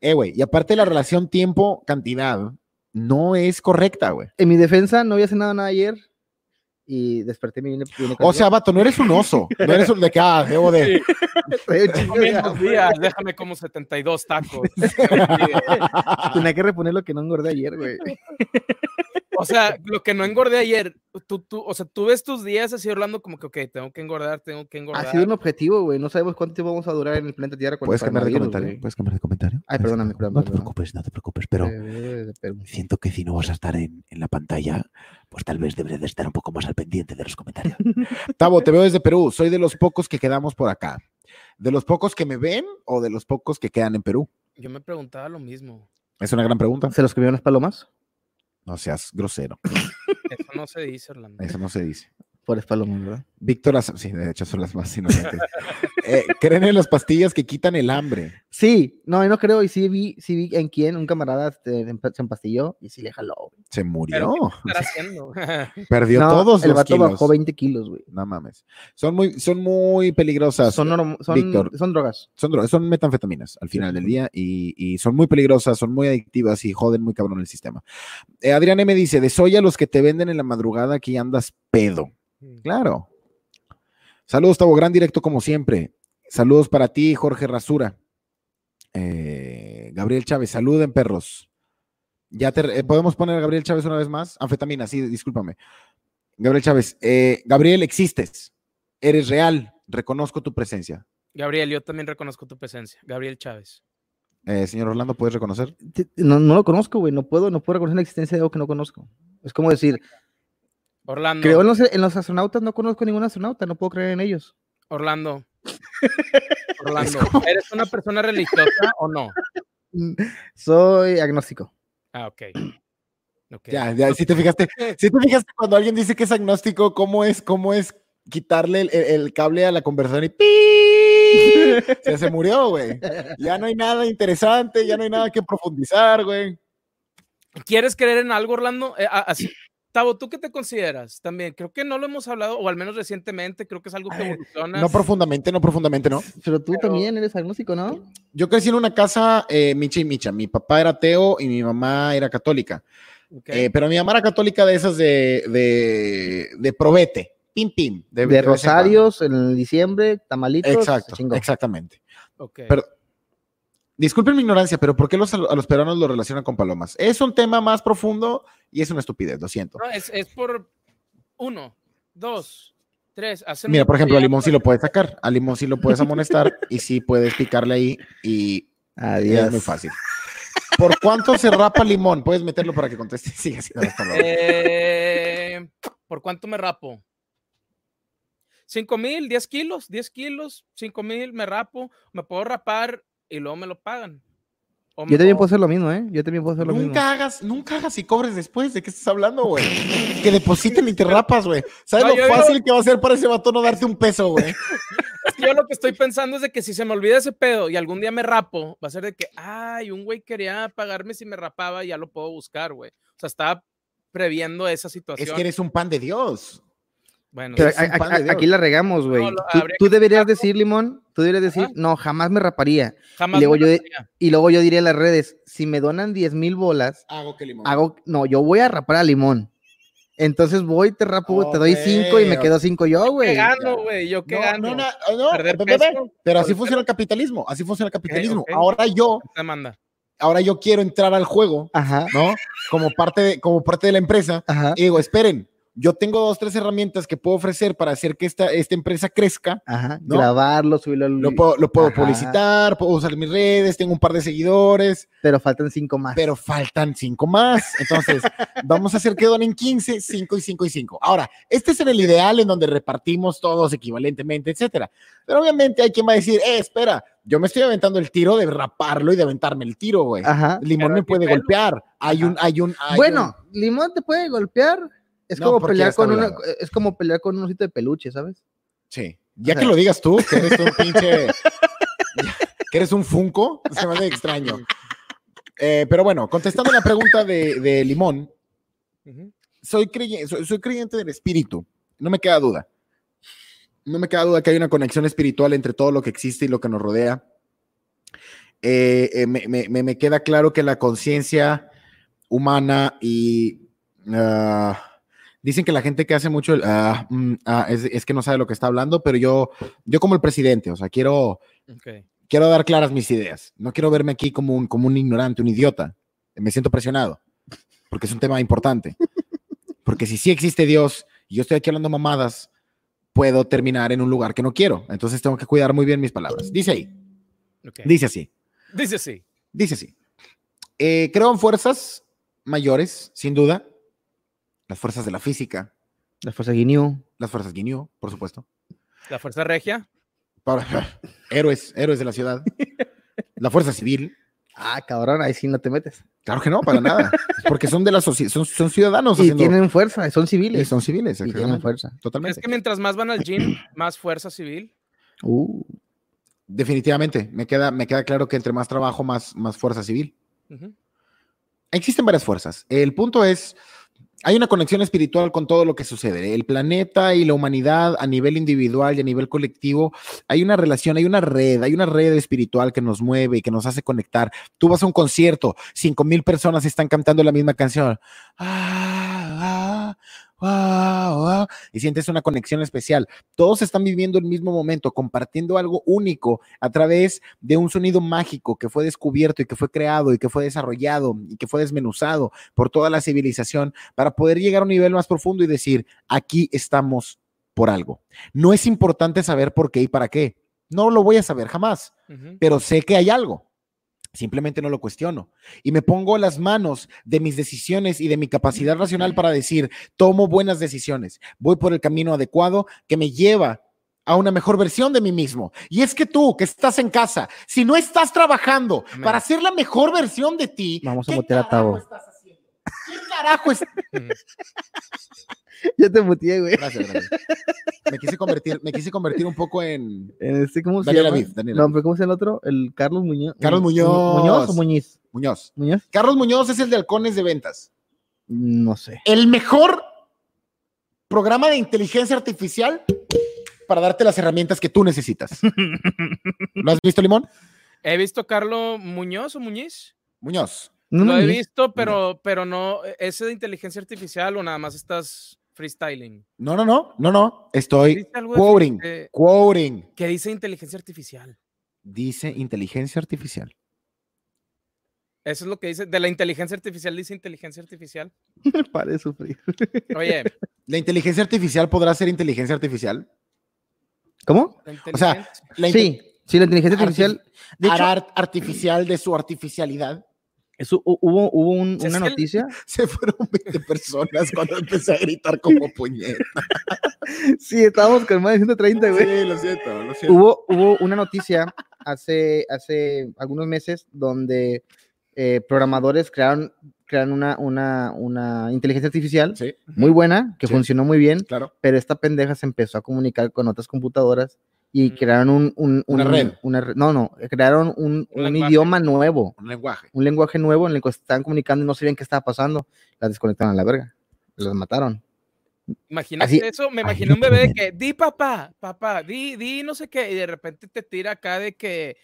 S1: Eh, güey. Y aparte la relación tiempo-cantidad no es correcta, güey.
S3: En mi defensa, no había cenado nada ayer y desperté mi viene.
S1: O sea, vato, no eres un oso. No eres un de que, ah, debo de.
S2: Menos días, déjame como 72 tacos.
S3: tenía que reponer lo que no engordé ayer, güey.
S2: O sea, lo que no engordé ayer, tú, tú, o sea, tú ves tus días así Orlando como que, ok, tengo que engordar, tengo
S1: Ah,
S2: que
S3: Ha
S2: engordar.
S3: sido un objetivo, güey. No sabemos cuánto tiempo vamos a durar en el planeta Tierra con el
S1: Puedes cambiar de
S3: coronavirus,
S1: comentario.
S3: güey.
S1: Puedes cambiar de comentario.
S3: Ay, perdóname, perdóname,
S4: No te
S3: perdóname.
S4: preocupes, no te preocupes, pero
S3: Eh, pero-
S4: siento que si no vas a estar en, en la pantalla, pues tal vez deberías de estar un poco más al pendiente de los comentarios.
S1: Tavo, te veo desde Perú. Soy de los pocos que quedamos por acá. ¿De los pocos que me ven o de los pocos que quedan en Perú?
S2: Yo me preguntaba lo mismo.
S1: Es una gran pregunta.
S3: ¿Se los comieron las palomas?
S1: No seas grosero.
S2: Eso no se dice, Orlando.
S1: Eso no se dice.
S3: Pobres palomas, ¿verdad?
S1: Víctor, Aza- sí, de hecho son las más inocentes. Eh, creen en las pastillas que quitan el hambre.
S3: Sí, no, yo no creo. Y sí vi, sí vi en quién, un camarada este, empa- se empastilló y sí le jaló. güey.
S1: Se
S2: Pero,
S1: murió.
S2: ¿qué estará haciendo?
S1: Perdió
S3: No,
S1: todos
S3: el
S1: los
S3: vato
S1: kilos.
S3: bajó 20 kilos, güey.
S1: No mames. Son muy, son muy peligrosas.
S3: Son,
S1: Son,
S3: hormo- son,
S1: Víctor.
S3: son drogas.
S1: dro- son metanfetaminas al final del día y, y son muy peligrosas, son muy adictivas y joden muy cabrón el sistema. Eh, Adrián M. dice, de soya los que te venden en la madrugada aquí andas pedo. Claro. Saludos, Tavo. Gran directo como siempre. Saludos para ti, Jorge Rasura. Eh, Gabriel Chávez, saluden, perros. Ya te re- eh, podemos poner a Gabriel Chávez una vez más. Anfetamina, sí, discúlpame. Gabriel Chávez, eh, Gabriel, existes. Eres real. Reconozco tu presencia.
S2: Gabriel, yo también reconozco tu presencia. Gabriel Chávez.
S1: Eh, señor Orlando, ¿puedes reconocer?
S3: Te- No, no lo conozco, güey. No puedo, no puedo reconocer la existencia de algo que no conozco. Es como decir,
S2: Orlando,
S3: creo en los, en los astronautas, no conozco ningún astronauta, no puedo creer en ellos.
S2: Orlando. Orlando, ¿eres una persona religiosa o no?
S3: Soy agnóstico.
S2: Ah, ok. Ok.
S1: Ya, ya, si te fijaste, si te fijaste cuando alguien dice que es agnóstico, ¿cómo es, cómo es quitarle el, el- el cable a la conversación y ¡pi! Se, se murió, güey. Ya no hay nada interesante, ya no hay nada que profundizar, güey.
S2: ¿Quieres creer en algo, Orlando? Eh, a- así, Tavo, ¿tú qué te consideras? También creo que no lo hemos hablado, o al menos recientemente, creo que es algo que evoluciona.
S1: No profundamente, no profundamente, no.
S3: Pero tú también eres agnóstico, ¿no?
S1: Yo crecí en una casa eh, micha y micha. Mi papá era ateo y mi mamá era católica.
S2: Ok.
S1: Eh, pero mi mamá era católica de esas de, de, de probete, pim, pim.
S3: De,
S1: de vez en
S3: rosarios en diciembre,
S1: cuando.
S3: tamalitos.
S1: Exacto,
S3: se chingó.
S1: exactamente.
S2: ok.
S1: pero- Disculpen mi ignorancia, pero ¿por qué los, a los peruanos lo relacionan con palomas? Es un tema más profundo y es una estupidez, lo siento.
S2: No, es, es por uno, dos, tres. hacer
S1: Mira,
S2: una
S1: por ejemplo, a
S2: tarea
S1: Limón sí lo puedes sacar, a Limón sí lo puedes amonestar y sí puedes picarle ahí y y
S3: Adiós.
S1: es muy fácil. ¿Por cuánto se rapa Limón? Puedes meterlo para que conteste. Sigue haciendo esta broma.
S2: Eh, ¿Por cuánto me rapo? ¿Cinco mil? ¿Diez kilos? ¿Diez kilos? ¿Cinco mil? ¿Me rapo? ¿Me puedo rapar y luego me lo pagan? O me
S3: Yo también
S2: puedo-
S3: puedo hacer lo mismo, ¿eh? Yo también puedo hacer lo mismo.
S1: Nunca hagas, nunca hagas y cobres después. ¿De qué estás hablando, güey? Que depositen y te rapas, güey. ¿Sabes
S2: No, yo
S1: lo
S2: digo-
S1: fácil que va a ser para ese vato no darte un peso, güey?
S2: Es que Yo lo que estoy pensando es de que si se me olvida ese pedo y algún día me rapo, va a ser de que, ay, un güey quería pagarme si me rapaba y ya lo puedo buscar, güey. O sea, estaba previendo esa situación.
S1: Es que eres un pan de Dios.
S2: Bueno,
S3: Pero
S2: sí,
S1: es un
S3: a- a-
S1: pan de
S3: a-
S1: Dios.
S3: aquí la regamos, güey.
S2: No, lo-
S3: tú,
S2: habría
S3: tú
S2: que
S3: deberías decir, Limón, tú deberías decir,
S2: Ajá.
S3: no, jamás me raparía.
S2: jamás
S3: luego
S2: me
S3: yo de-
S2: raparía.
S3: Y luego yo diría en las redes, si me donan 10 mil bolas,
S1: Hago que Limón.
S3: hago, no, yo voy a rapar a Limón. Entonces voy, te rapo, te doy
S1: Ok,
S3: 5 y me
S1: ok.
S3: quedo 5 yo,
S2: ¿Qué
S3: güey.
S2: gano, güey? ¿Yo qué
S1: No, no,
S2: gano?
S1: no, no,
S2: Perder
S1: bebé,
S2: peso.
S1: pero así funciona el capitalismo, así funciona el capitalismo.
S2: ok.
S1: Ahora yo,
S2: Te manda.
S1: ahora yo quiero entrar al juego,
S3: Ajá,
S1: ¿no? Como parte de, como parte de la empresa,
S3: ajá,
S1: y digo, esperen, yo tengo dos, tres herramientas que puedo ofrecer para hacer que esta, esta empresa crezca.
S3: ajá.
S1: ¿no?
S3: Grabarlo, subirlo al...
S1: Lo puedo, lo puedo
S3: Mm, Ajá.
S1: publicitar, puedo usar mis redes, tengo un par de seguidores,
S3: Pero faltan 5 más.
S1: pero faltan cinco más. Entonces, vamos a hacer que donen 15, 5 y 5 y 5. Ahora, este es en el ideal en donde repartimos todos equivalentemente, etcétera. Pero obviamente hay quien va a decir, eh, espera, yo me estoy aventando el tiro de raparlo y de aventarme el tiro, güey.
S3: Ajá.
S1: Limón
S2: Pero
S1: me
S2: hay
S1: puede
S2: niveles.
S1: golpear. Hay un, hay un. hay
S3: Bueno, Limón te puede golpear. Es
S1: No,
S3: como
S1: porque ya
S3: pelear
S1: está
S3: con una,
S1: hablando.
S3: es como pelear con un osito de peluche, ¿sabes?
S1: Sí. Ya
S3: O sea-
S1: que lo digas tú, que eres un pinche. que eres un Funko, se me hace extraño. Eh, pero bueno, contestando la pregunta de, de Limón,
S2: Ujú.
S1: soy creyente, soy, soy creyente del espíritu, no me queda duda. No me queda duda que hay una conexión espiritual entre todo lo que existe y lo que nos rodea. Eh, eh, me, me- me- me queda claro que la conciencia humana y... ah, dicen que la gente que hace mucho el, ah, mm, ah, es, es que no sabe lo que está hablando, pero yo, yo como el presidente, o sea, quiero,
S2: Ok.
S1: quiero dar claras mis ideas. No quiero verme aquí como un, como un ignorante, un idiota. Me siento presionado, porque es un tema importante. Porque si sí existe Dios y yo estoy aquí hablando mamadas, puedo terminar en un lugar que no quiero. Entonces tengo que cuidar muy bien mis palabras. Dice ahí,
S2: ok.
S1: dice así,
S2: Dice sí.
S1: dice así. Eh, creo en fuerzas mayores, sin duda. Las fuerzas de la física,
S3: La fuerza Guineo.
S1: las fuerzas Guineo, por supuesto.
S2: La Fuerza Regia.
S1: Para- héroes, héroes de la ciudad. La fuerza civil.
S3: Ah, cabrón, ahí sí no te metes.
S1: Claro que no, para nada. Porque son de la sociedad, son, son ciudadanos
S3: Y
S1: haciendo-
S3: tienen fuerza, son
S1: y
S3: civiles.
S1: son civiles,
S3: Y tienen
S1: exactamente,
S3: fuerza.
S2: Es
S1: Totalmente.
S2: que mientras más van al gym, más fuerza civil.
S3: Uh,
S1: Definitivamente, me queda, me queda claro que entre más trabajo, más, más fuerza civil.
S2: Ujú.
S1: Existen varias fuerzas. El punto es, hay una conexión espiritual con todo lo que sucede. El planeta y la humanidad a nivel individual y a nivel colectivo, hay una relación, hay una red, hay una red espiritual que nos mueve y que nos hace conectar. Tú vas a un concierto, cinco mil personas están cantando la misma canción. Ah, ah, ah, ah, y sientes una conexión especial. Todos están viviendo el mismo momento, compartiendo algo único a través de un sonido mágico que fue descubierto y que fue creado y que fue desarrollado y que fue desmenuzado por toda la civilización para poder llegar a un nivel más profundo y decir, aquí estamos por algo. No es importante saber por qué y para qué. No lo voy a saber jamás
S2: Ujú.
S1: pero sé que hay algo. Simplemente no lo cuestiono. Y me pongo las manos de mis decisiones y de mi capacidad racional para decir, tomo buenas decisiones, voy por el camino adecuado que me lleva a una mejor versión de mí mismo. Y es que tú, que estás en casa, si no estás trabajando
S2: Amén.
S1: para ser la mejor versión de ti,
S3: Vamos a
S1: ¿qué
S3: mutear a
S1: carajo
S3: Tavo.
S1: estás haciendo? ¿Qué carajo es?
S2: Ujú.
S3: yo te muteé, güey.
S1: Gracias, gracias. Me quise convertir, me quise convertir un poco en
S3: En este, ¿cómo se
S1: Daniel
S3: llama?
S1: Aviv, Daniel
S3: No,
S1: Aviv.
S3: pero ¿cómo se llama el otro? El Carlos Muñoz.
S1: Carlos
S3: Mu- Mu- ¿Muñoz o
S1: Muñoz.
S3: Muñiz?
S1: Muñoz.
S3: ¿Muñoz?
S1: Carlos Muñoz es el de halcones de ventas.
S3: No sé.
S1: El mejor programa de inteligencia artificial para darte las herramientas que tú necesitas. ¿Lo has visto, Limón?
S2: He visto Carlos Muñoz o Muñiz.
S1: Muñoz.
S3: No,
S2: lo
S3: no,
S2: he
S3: ni-
S2: visto, pero, pero no. ¿Ese de inteligencia artificial o nada más estás freestyling?
S1: No, no, no, no, no. Estoy
S2: ¿Viste algo de-
S1: quoting,
S2: de-
S1: quoting.
S2: que dice inteligencia artificial?
S1: Dice inteligencia artificial.
S2: Eso es lo que dice. De la inteligencia artificial dice inteligencia artificial.
S3: Para de sufrir.
S2: Oye,
S1: ¿La inteligencia artificial podrá ser inteligencia artificial?
S3: ¿Cómo?
S2: la
S1: O sea,
S2: inteligencia-
S1: la Ah,
S3: Sí, sí, la inteligencia
S1: Arti-
S3: artificial. De hecho,
S1: hará art- artificial de su artificialidad.
S3: eso, hu- hubo, hubo un-
S2: Es
S3: una
S2: que el-
S3: noticia.
S1: Se fueron 20 personas cuando empecé a gritar como puñeta.
S3: Sí, estábamos con más de 130, güey.
S1: lo siento, lo siento.
S3: hubo, hubo una noticia hace, hace algunos meses donde eh, programadores crearon, crearon una, una, una inteligencia artificial
S1: Sí,
S3: muy buena, que
S1: Sí.
S3: funcionó muy bien,
S1: claro.
S3: pero esta pendeja se empezó a comunicar con otras computadoras y
S2: Mm.
S3: crearon un... un-
S1: Una
S3: un-
S1: red.
S3: una re- no, no, crearon un,
S2: Un
S3: un
S2: lenguaje.
S3: idioma nuevo,
S1: Un lenguaje.
S3: un lenguaje nuevo en el que se estaban comunicando y no sabían qué estaba pasando. Las desconectaron a la verga, las mataron.
S2: Imagínate
S3: Así-
S2: eso, me
S5: ahí
S2: imaginé
S5: lo
S2: un bebé de que,
S5: tienen.
S2: di papá, papá, di, di no sé qué, y de repente te tira acá de que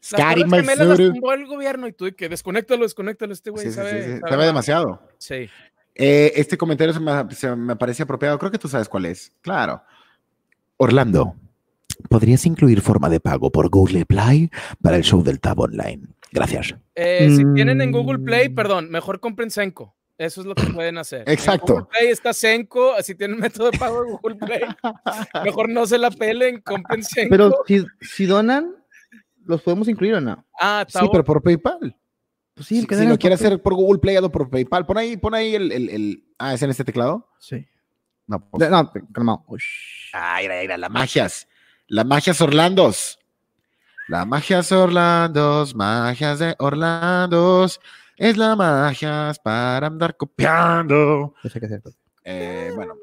S2: las
S1: Scary
S2: Torres Gemelas las
S1: Maizuru.
S2: tumbó el gobierno y tú de que desconéctalo, desconéctalo, este güey
S1: Sí, sí,
S2: sabe,
S1: sí, sí.
S2: sabe
S1: Sabe
S2: más".
S1: demasiado.
S2: Sí.
S1: Eh, este comentario se me, se me parece apropiado. Creo que tú sabes cuál es. Claro.
S5: Orlando, ¿podrías incluir forma de pago por Google Play para el show del Tab Online? Gracias.
S2: Eh, Si tienen en Google Play,
S3: Mm.
S2: perdón, mejor compren Senko. Eso es lo que pueden hacer. En
S1: Exacto.
S2: Google Play está Senko, si tienen método de pago de Google Play, mejor no se la pelen, compren Senko.
S3: Pero si, si donan, ¿los podemos incluir o no?
S2: ah, está
S1: Sí,
S2: bueno.
S1: pero por PayPal.
S3: Pues
S1: Si,
S3: el que
S1: si
S3: den
S1: lo
S3: el
S1: quieres
S3: papel.
S1: hacer por Google Play, hazlo por PayPal. Pon ahí, pon ahí el, el- el- Ah, ¿es en este teclado?
S3: Sí.
S1: No, pues.
S3: De- No, te- calmado.
S1: Ay, era, era, la magias. La magias Orlandos. La magias Orlandos, magias de Orlandos. Es la magias para andar copiando.
S3: No sé qué hacer.
S1: Eh, bueno,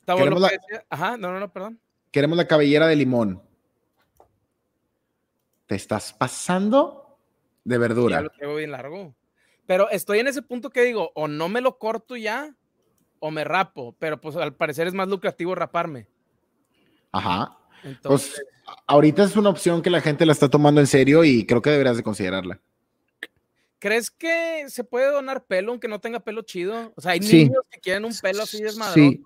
S2: Está bueno
S1: queremos
S2: lo
S1: la-
S2: que decía- Ajá, no, no, no, perdón.
S1: queremos la cabellera de limón. Te estás pasando de
S2: Ya
S1: verdura.
S2: lo traigo bien largo. Pero estoy en ese punto que digo, o no me lo corto ya, o me rapo. Pero pues al parecer es más lucrativo raparme.
S1: Ajá.
S2: Entonces,
S1: Pues a- ahorita es una opción que la gente la está tomando en serio y creo que deberías de considerarla.
S2: ¿crees que se puede donar pelo aunque no tenga pelo chido? O sea, hay
S3: Sí.
S2: niños que quieren un pelo así
S3: Sí.
S2: desmadroso. O
S1: ¿Sí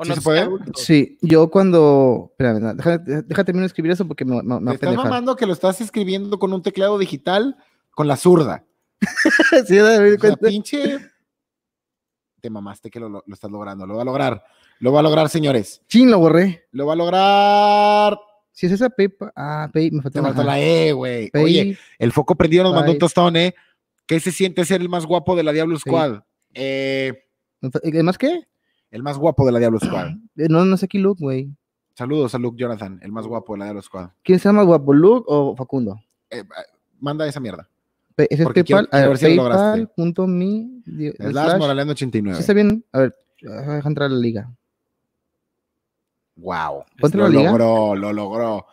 S2: no
S1: se
S2: sé si
S1: puede?
S2: adultos.
S3: Sí, yo cuando. Espérame, no, deja, deja terminar de escribir eso porque me, me, me va
S1: Te
S3: a
S1: estás
S3: pendejar.
S1: mamando que lo estás escribiendo con un teclado digital con la zurda.
S3: Sí, ya me di
S1: O sea,
S3: cuenta.
S1: pinche. Te mamaste que lo, lo- lo estás logrando. Lo va a lograr. Lo va a lograr, señores.
S3: Chin, lo borré.
S1: Lo va a lograr.
S3: Si es esa PayPal. Ah, Pay, me faltó
S1: Te faltó
S3: ajá.
S1: la E, güey.
S3: Pay-
S1: Oye, el foco prendido nos mandó un
S3: Bye.
S1: tostón, ¿eh? ¿Qué se siente ser el más guapo de la Diablo Squad? Eh,
S3: me fa- ¿Además qué?
S1: el más guapo de la Diablo Squad.
S3: Eh, No, no sé aquí Luke, güey.
S1: Saludos a Luke Jonathan, el más guapo de la Diablo Squad.
S3: ¿Quién se llama guapo, Luke o Facundo?
S1: Eh, ah, manda esa mierda.
S3: Pe- Ese es
S1: Porque quiero-
S3: PayPal. ah, A
S1: quiero
S3: ver,
S1: ver si lo lograste.
S3: paypal.me di-
S1: Slash
S3: slash-
S1: Moraleando
S3: Sí,
S1: 89.
S3: está bien. A ver, ah, deja deja entrar a la liga.
S1: Wow.
S2: Este
S3: ¿Cuánto
S1: Lo
S3: la liga?
S1: logró, lo logró.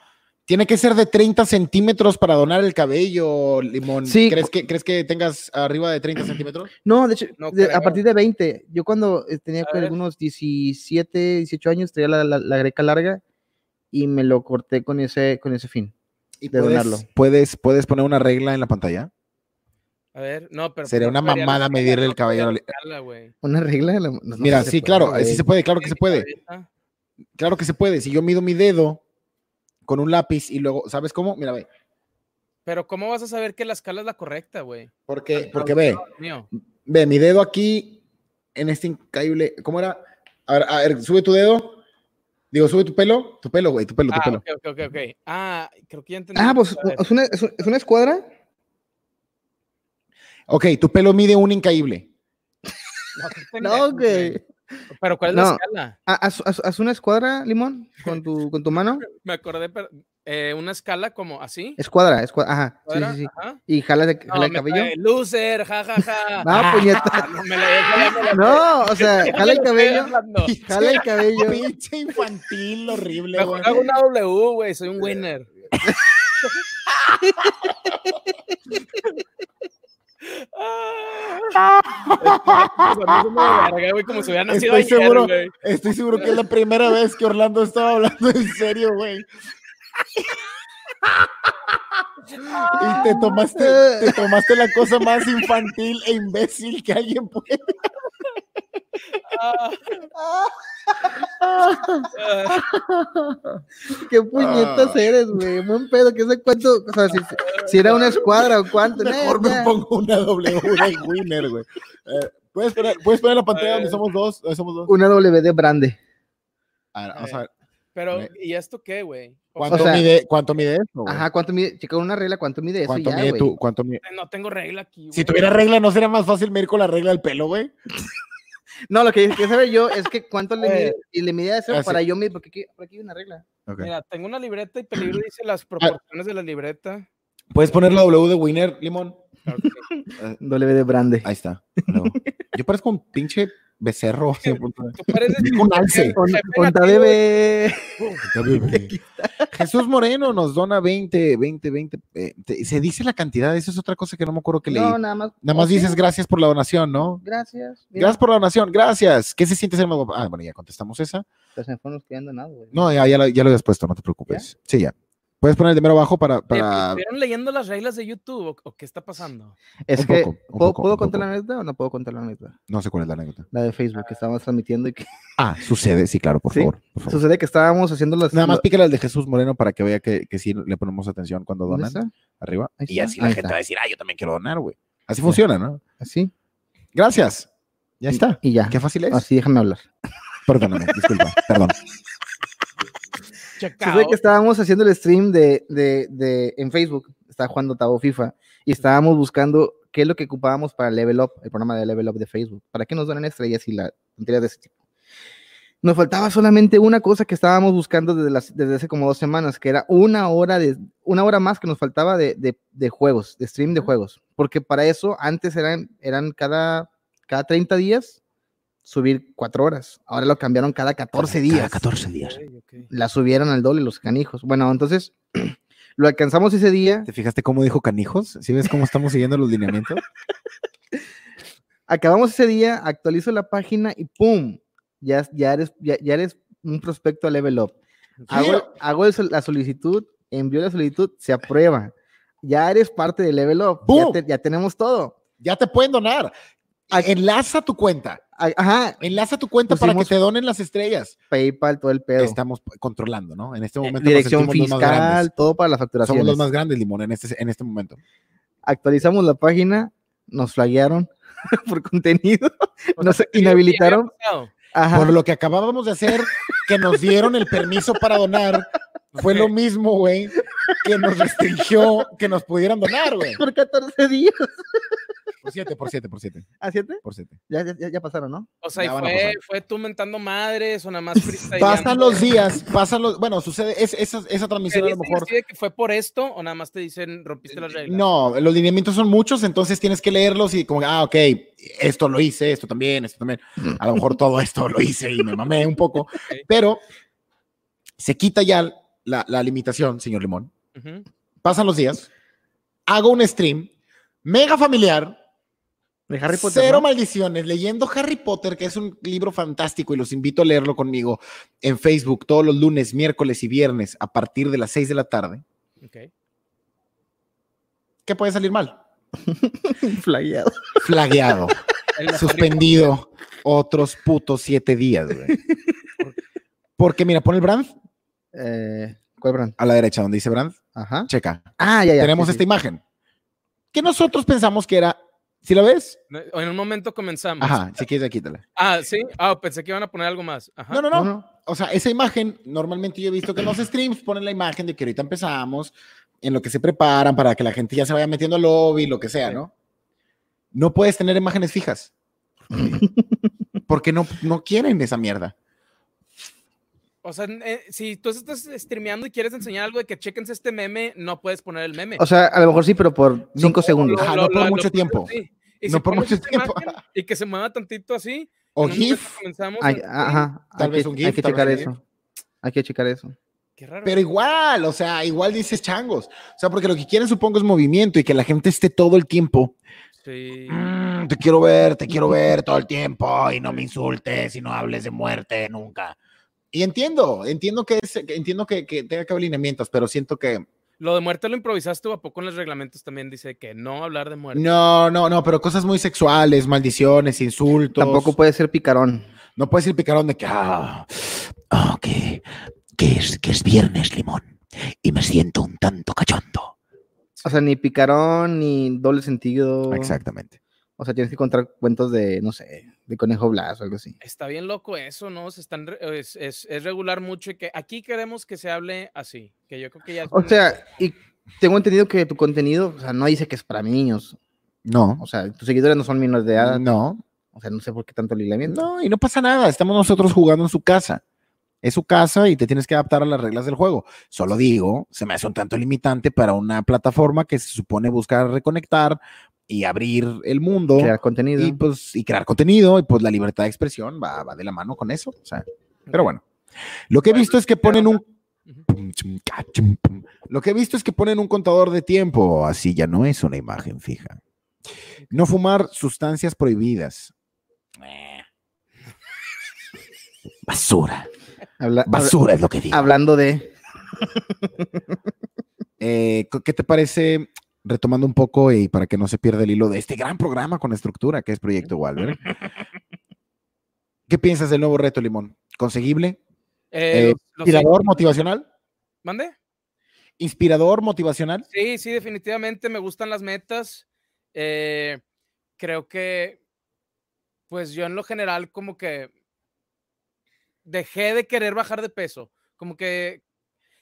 S1: Tiene que ser de 30 centímetros para donar el cabello, Limón.
S3: Sí.
S1: ¿Crees, que, ¿Crees que tengas arriba de 30 centímetros?
S3: No, de hecho,
S2: No
S3: de-
S2: creo.
S3: a partir de 20, yo cuando eh, tenía
S2: A
S3: que
S2: ver.
S3: algunos 17, 18 años, traía la, la- la greca larga y me lo corté con ese, con ese fin.
S1: Y
S3: De
S1: puedes,
S3: donarlo.
S1: puedes, puedes poner una regla en la pantalla.
S2: A ver, no, pero.
S1: Sería
S2: no
S3: pues
S1: una
S2: debería la
S1: mamada
S2: regla,
S1: medirle el
S2: no
S1: cabello
S2: debería
S1: a
S2: la regla, güey.
S3: Una regla de la- no, no
S1: Mira,
S3: se
S1: sí,
S3: puede,
S1: claro,
S3: güey.
S1: sí se puede, claro que se puede.
S2: Cabeza.
S1: Claro que se puede. Si yo mido mi dedo con un lápiz y luego, ¿sabes cómo? Mira, ve.
S2: Pero ¿cómo vas a saber que la escala es la correcta, güey?
S1: Porque, porque ve,
S2: Mío.
S1: ve, mi dedo aquí en este increíble. ¿Cómo era? A ver, a ver, sube tu dedo. Digo, sube tu pelo. Tu pelo, güey, tu pelo, tu
S2: Ah,
S1: pelo.
S2: ok, ok, ok, ok. Ah, creo que ya entendí.
S3: Ah,
S2: lo que
S3: pues
S2: iba a
S3: es una, es un- es una escuadra.
S1: Ok, tu pelo mide un incaíble.
S2: decir. qué pendejo,
S3: No, güey.
S2: Pero ¿cuál es la
S3: No.
S2: escala?
S3: Ah, Haz, haz- haz una escuadra, Limón, con tu, con tu mano.
S2: Me acordé, pero, eh, una escala como así.
S3: Escuadra, escuadra, ajá. Sí,
S2: cuadra,
S3: sí, sí.
S2: ajá.
S3: Y jala, de,
S2: No,
S3: jala el
S2: me
S3: cabello.
S2: cae, Loser, jajaja.
S3: No, puñeta.
S2: me la ya me la-
S3: No, o sea,
S2: ya me
S3: jala el
S2: la estoy
S3: cabello.
S2: hablando.
S3: Jala el cabello.
S1: Pinche infantil, horrible,
S2: Mejor hago una W, güey, soy un winner. verga, güey, como si hubiera nacido
S1: Estoy
S2: ayer,
S1: seguro.
S2: güey.
S1: Estoy seguro que es la primera vez que Orlando estaba hablando en serio, güey. Y te tomaste, te tomaste la cosa más infantil e imbécil que alguien puede.
S3: ¿Qué puñetas eres, güey? Buen pedo, que sé cuánto. O sea, si, si era una escuadra o cuánto.
S1: Mejor me
S3: neta.
S1: pongo una W de winner, güey. Eh, ¿puedes, poner, puedes poner la pantalla donde somos dos. Donde somos dos.
S3: Una WD Brande.
S1: A ver, vamos a ver.
S2: Pero,
S1: Güey.
S2: ¿y esto qué, güey? O
S1: ¿Cuánto,
S3: O sea-
S1: mide, ¿Cuánto mide esto? Oh, güey?
S3: Ajá, ¿cuánto mide? Checa una regla, ¿cuánto mide eso?
S1: ¿Cuánto
S3: ya,
S1: mide
S3: güey?
S1: tú? ¿Cuánto mide?
S2: sea, no tengo regla aquí, güey.
S1: Si tuviera regla, ¿no sería más fácil medir con la regla del pelo, güey?
S3: No, lo que quería saber yo es que cuánto le
S2: Eh.
S3: mide. Y le mide eso
S1: Ah, sí.
S3: para yo medir, porque aquí, por aquí hay una regla.
S2: Mira, tengo una libreta y peligro dice las proporciones de la libreta.
S1: ¿Puedes poner la W de winner, Limón?
S2: Claro que sí.
S3: WD Brande.
S1: Ahí está. Luego. Yo parezco un pinche becerro. así, punto de-
S2: Tú pareces
S1: Un alce.
S2: jefe- jefe
S3: Conta
S2: nativo, güey.
S3: bebé.
S1: Jesús Moreno nos dona 20, 20, 20. eh, te- se dice la cantidad, eso es otra cosa que no me acuerdo que leí.
S3: No, nada más.
S1: Nada más
S3: ok,
S1: dices gracias por la donación, ¿no?
S3: Gracias. Mira,
S1: Gracias por la donación, gracias. ¿Qué se siente ser más guapo? Ah, bueno, ya contestamos esa.
S3: Pues se me fueron quedando nada, güey.
S1: No, ya, ya, lo, ya lo habías puesto, no te preocupes. Sí, ya. Puedes poner el de mero abajo para.
S2: Oye, pero
S3: pues,
S1: para...
S2: ¿Estuvieron leyendo las reglas de YouTube o, o qué está pasando?
S3: Es
S1: un
S3: que.
S1: poco, un
S3: ¿Puedo,
S1: poco,
S3: ¿puedo
S1: un
S3: contar la
S1: poco.
S3: anécdota o no puedo contar la anécdota?
S1: No sé cuál es la anécdota.
S3: La de Facebook que estábamos transmitiendo y que
S1: Ah, sucede, sí, claro, por
S3: ¿Sí?
S1: favor. por favor.
S3: sucede que estábamos haciendo las.
S1: Nada más pícale al de Jesús Moreno para que vea que, que sí le ponemos atención cuando
S3: ¿Dónde
S1: donan.
S3: está?
S1: Arriba.
S3: Ahí
S1: Y
S3: está,
S1: así la
S3: ahí
S1: gente
S3: está.
S1: va a decir, ah, yo también quiero donar, güey. Así funciona, ¿no?
S3: Así.
S1: Gracias. Ya está.
S3: Y ya.
S1: Qué fácil es.
S3: Así déjame hablar.
S1: Perdóname, disculpa, perdón.
S2: Checao.
S3: Sucede Pues que estábamos haciendo el stream de, de, de- en Facebook, estaba jugando Tavo FIFA, y estábamos buscando qué es lo que ocupábamos para Level Up, el programa de Level Up de Facebook, para que nos donen estrellas y la tontería de ese tipo. Nos faltaba solamente una cosa que estábamos buscando desde, las, desde hace como dos semanas, que era una hora, de, una hora más que nos faltaba de, de- de juegos, de stream de juegos, porque para eso antes eran, eran cada, cada 30 días subir cuatro horas, ahora lo cambiaron cada 14 días
S5: Cada 14 días.
S2: Ok, ok.
S3: la subieron al doble los canijos. Bueno, entonces lo alcanzamos ese día,
S1: ¿Te fijaste cómo dijo Canijos? ¿Sí ves cómo estamos siguiendo los lineamientos?
S3: acabamos ese día, actualizo la página y ¡pum! Ya, ya, eres, ya, ya eres un prospecto a level up. Hago, hago el sol- la solicitud, envío la solicitud, se aprueba. Ya eres parte de level up, ya,
S1: ¡Pum!
S3: te- ya tenemos todo.
S1: Ya te pueden donar.
S3: Ah,
S1: Enlaza tu cuenta.
S3: A- Ajá,
S1: Enlaza tu cuenta para que
S3: Pusimos-
S1: te donen las estrellas.
S3: PayPal, todo el pedo.
S1: Estamos controlando, ¿no? En este
S3: Eh,
S1: momento. nos
S3: Dirección
S1: sentimos los más
S3: fiscal,
S1: grandes.
S3: todo para la
S1: Somos
S3: facturación.
S1: los más grandes, Limón, en este, en este momento.
S3: Actualizamos la página, nos flaguearon por contenido,
S2: O
S3: nos
S2: sea, ¿qué
S3: inhabilitaron.
S2: había pasado?
S3: Ajá.
S1: Por lo que acabábamos de hacer, que nos dieron el permiso para donar, fue lo mismo, güey, que nos restringió que nos pudieran donar, güey.
S3: por 14 días.
S1: Por siete, por siete, por siete,
S3: ¿A 7?
S1: por siete.
S3: Ya, ya, ya- ya pasaron, ¿no?
S2: O sea,
S1: Ya
S2: y
S1: van a
S2: fue,
S1: pasar.
S2: fue tú mentando madres o nada más freestyleando.
S1: Pasan los días, pasan los, bueno, sucede, es- esa, esa
S2: ¿Te
S1: transmisión a lo
S2: dicen
S1: mejor. Eh,
S2: así de que fue por esto o nada más te dicen rompiste las reglas?
S1: No, los lineamientos son muchos, entonces tienes que leerlos y como, ah, ok, esto lo hice, esto también, esto también. A lo mejor todo esto lo hice y me mamé un poco, pero se quita ya la- la limitación, señor Limón.
S2: Ujú.
S1: pasan los días, hago un stream mega familiar,
S3: De Harry Potter.
S1: cero
S3: ¿no?
S1: maldiciones, leyendo Harry Potter, que es un libro fantástico y los invito a leerlo conmigo en Facebook todos los lunes, miércoles y viernes a partir de las 6 de la tarde.
S2: Ok.
S1: ¿Qué puede salir mal?
S3: Flagueado.
S1: Flagueado,
S2: El mejor
S1: suspendido otros putos siete días, güey. Porque mira, pon el brand
S3: Eh, ¿Cuál brand?
S1: a la derecha donde dice brand,
S3: Ajá.
S1: checa.
S3: Ah, ya, ya.
S1: Tenemos este
S3: sí,
S1: esta
S3: sí.
S1: imagen que nosotros pensamos que era, si la ves?
S2: idioma. En un momento
S3: Mm.
S2: comenzamos.
S1: Ajá, si quieres ya quítala.
S2: Ah, sí. Ah, pensé que iban a poner algo más. Ajá.
S1: No, no,
S3: No,
S1: no.
S3: no.
S1: O sea, esa imagen, normalmente yo he visto que en los streams ponen la imagen de que ahorita empezamos, en lo que se preparan para que la gente ya se vaya metiendo al lobby, lo que sea, ¿no? No puedes tener imágenes fijas. Porque no, no quieren esa mierda.
S2: O sea, eh, si tú estás streameando y quieres enseñar algo de que chequense este meme, no puedes poner el meme.
S3: O sea, a lo mejor sí, pero por 5 segundos.
S1: ajá, no por mucho
S2: pones
S1: tiempo.
S2: así.
S1: No por
S2: pones
S1: mucho
S2: esa
S1: tiempo.
S2: imagen Y que se mueva tantito así.
S1: O
S2: en un momento
S1: GIF,
S2: Comenzamos.
S3: Hay-
S2: el stream.
S3: ajá.
S1: Tal
S3: hay
S1: vez
S3: que-
S1: un
S3: Hay
S1: GIF,
S3: que
S1: tal
S3: checar
S1: vez
S3: eso. Hay que checar eso.
S2: Qué raro.
S1: pero igual, o sea, igual dices changos. O sea, porque lo que quieren supongo es movimiento y que la gente esté todo el tiempo
S2: Sí. Sí.
S1: Mm, te quiero ver, te quiero ver todo el tiempo y no me insultes y no hables de muerte nunca.
S5: Y entiendo, entiendo que es- que entiendo que, que tenga que haber lineamientos, pero siento que.
S2: Lo de muerte lo improvisaste o a poco en los reglamentos también dice que no hablar de muerte.
S5: No, no, no, pero cosas muy sexuales, maldiciones, insultos.
S3: Tampoco puede ser picarón.
S5: No puedes ir picarón de que.
S1: Ah,
S5: "Ah,
S1: ah, que, que es, que es viernes, limón, y me siento un tanto cachondo.
S3: O sea, ni picarón, ni doble sentido.
S1: Exactamente.
S3: O sea, tienes que contar cuentos de, no sé, de conejo Blas o algo así.
S2: Está bien loco eso, ¿no? Se están re- es, es- es regular mucho y que aquí queremos que se hable así, que yo creo que ya...
S3: O sea, y tengo entendido que tu contenido, o sea, no dice que es para niños.
S1: No.
S3: O sea, tus seguidores no son menores de edad.
S1: No.
S3: O sea, no sé por qué tanto ligamiento.
S1: No, y no pasa nada. Estamos nosotros jugando en su casa. Es su casa y te tienes que adaptar a las reglas del juego. Solo digo, se me hace un tanto limitante para una plataforma que se supone buscar reconectar y abrir el mundo
S3: Crear contenido.
S1: y pues y crear contenido y pues la libertad de expresión va, va de la mano con eso. o sea, pero bueno,
S5: Lo que he visto es que ponen un.
S1: pum, chum, ca, chum, pum.
S5: Lo que he visto es que ponen un contador de tiempo.
S1: así ya no es una imagen fija. No fumar sustancias prohibidas. Eh. Basura.
S3: Habla- hab-
S1: Basura es lo que digo.
S3: hablando de.
S1: Eh, co- ¿Qué te parece, retomando un poco y para que no se pierda el hilo de este gran programa con estructura que es Proyecto Walver? ¿Qué piensas del nuevo reto, Limón? ¿Conseguible?
S2: Eh,
S1: eh,
S2: lo- lo sé.
S1: ¿Inspirador, motivacional?
S2: ¿Mande?
S1: ¿Inspirador, motivacional?
S2: Sí, sí, definitivamente me gustan las metas. eh, creo que, pues yo en lo general como que dejé de querer bajar de peso, como que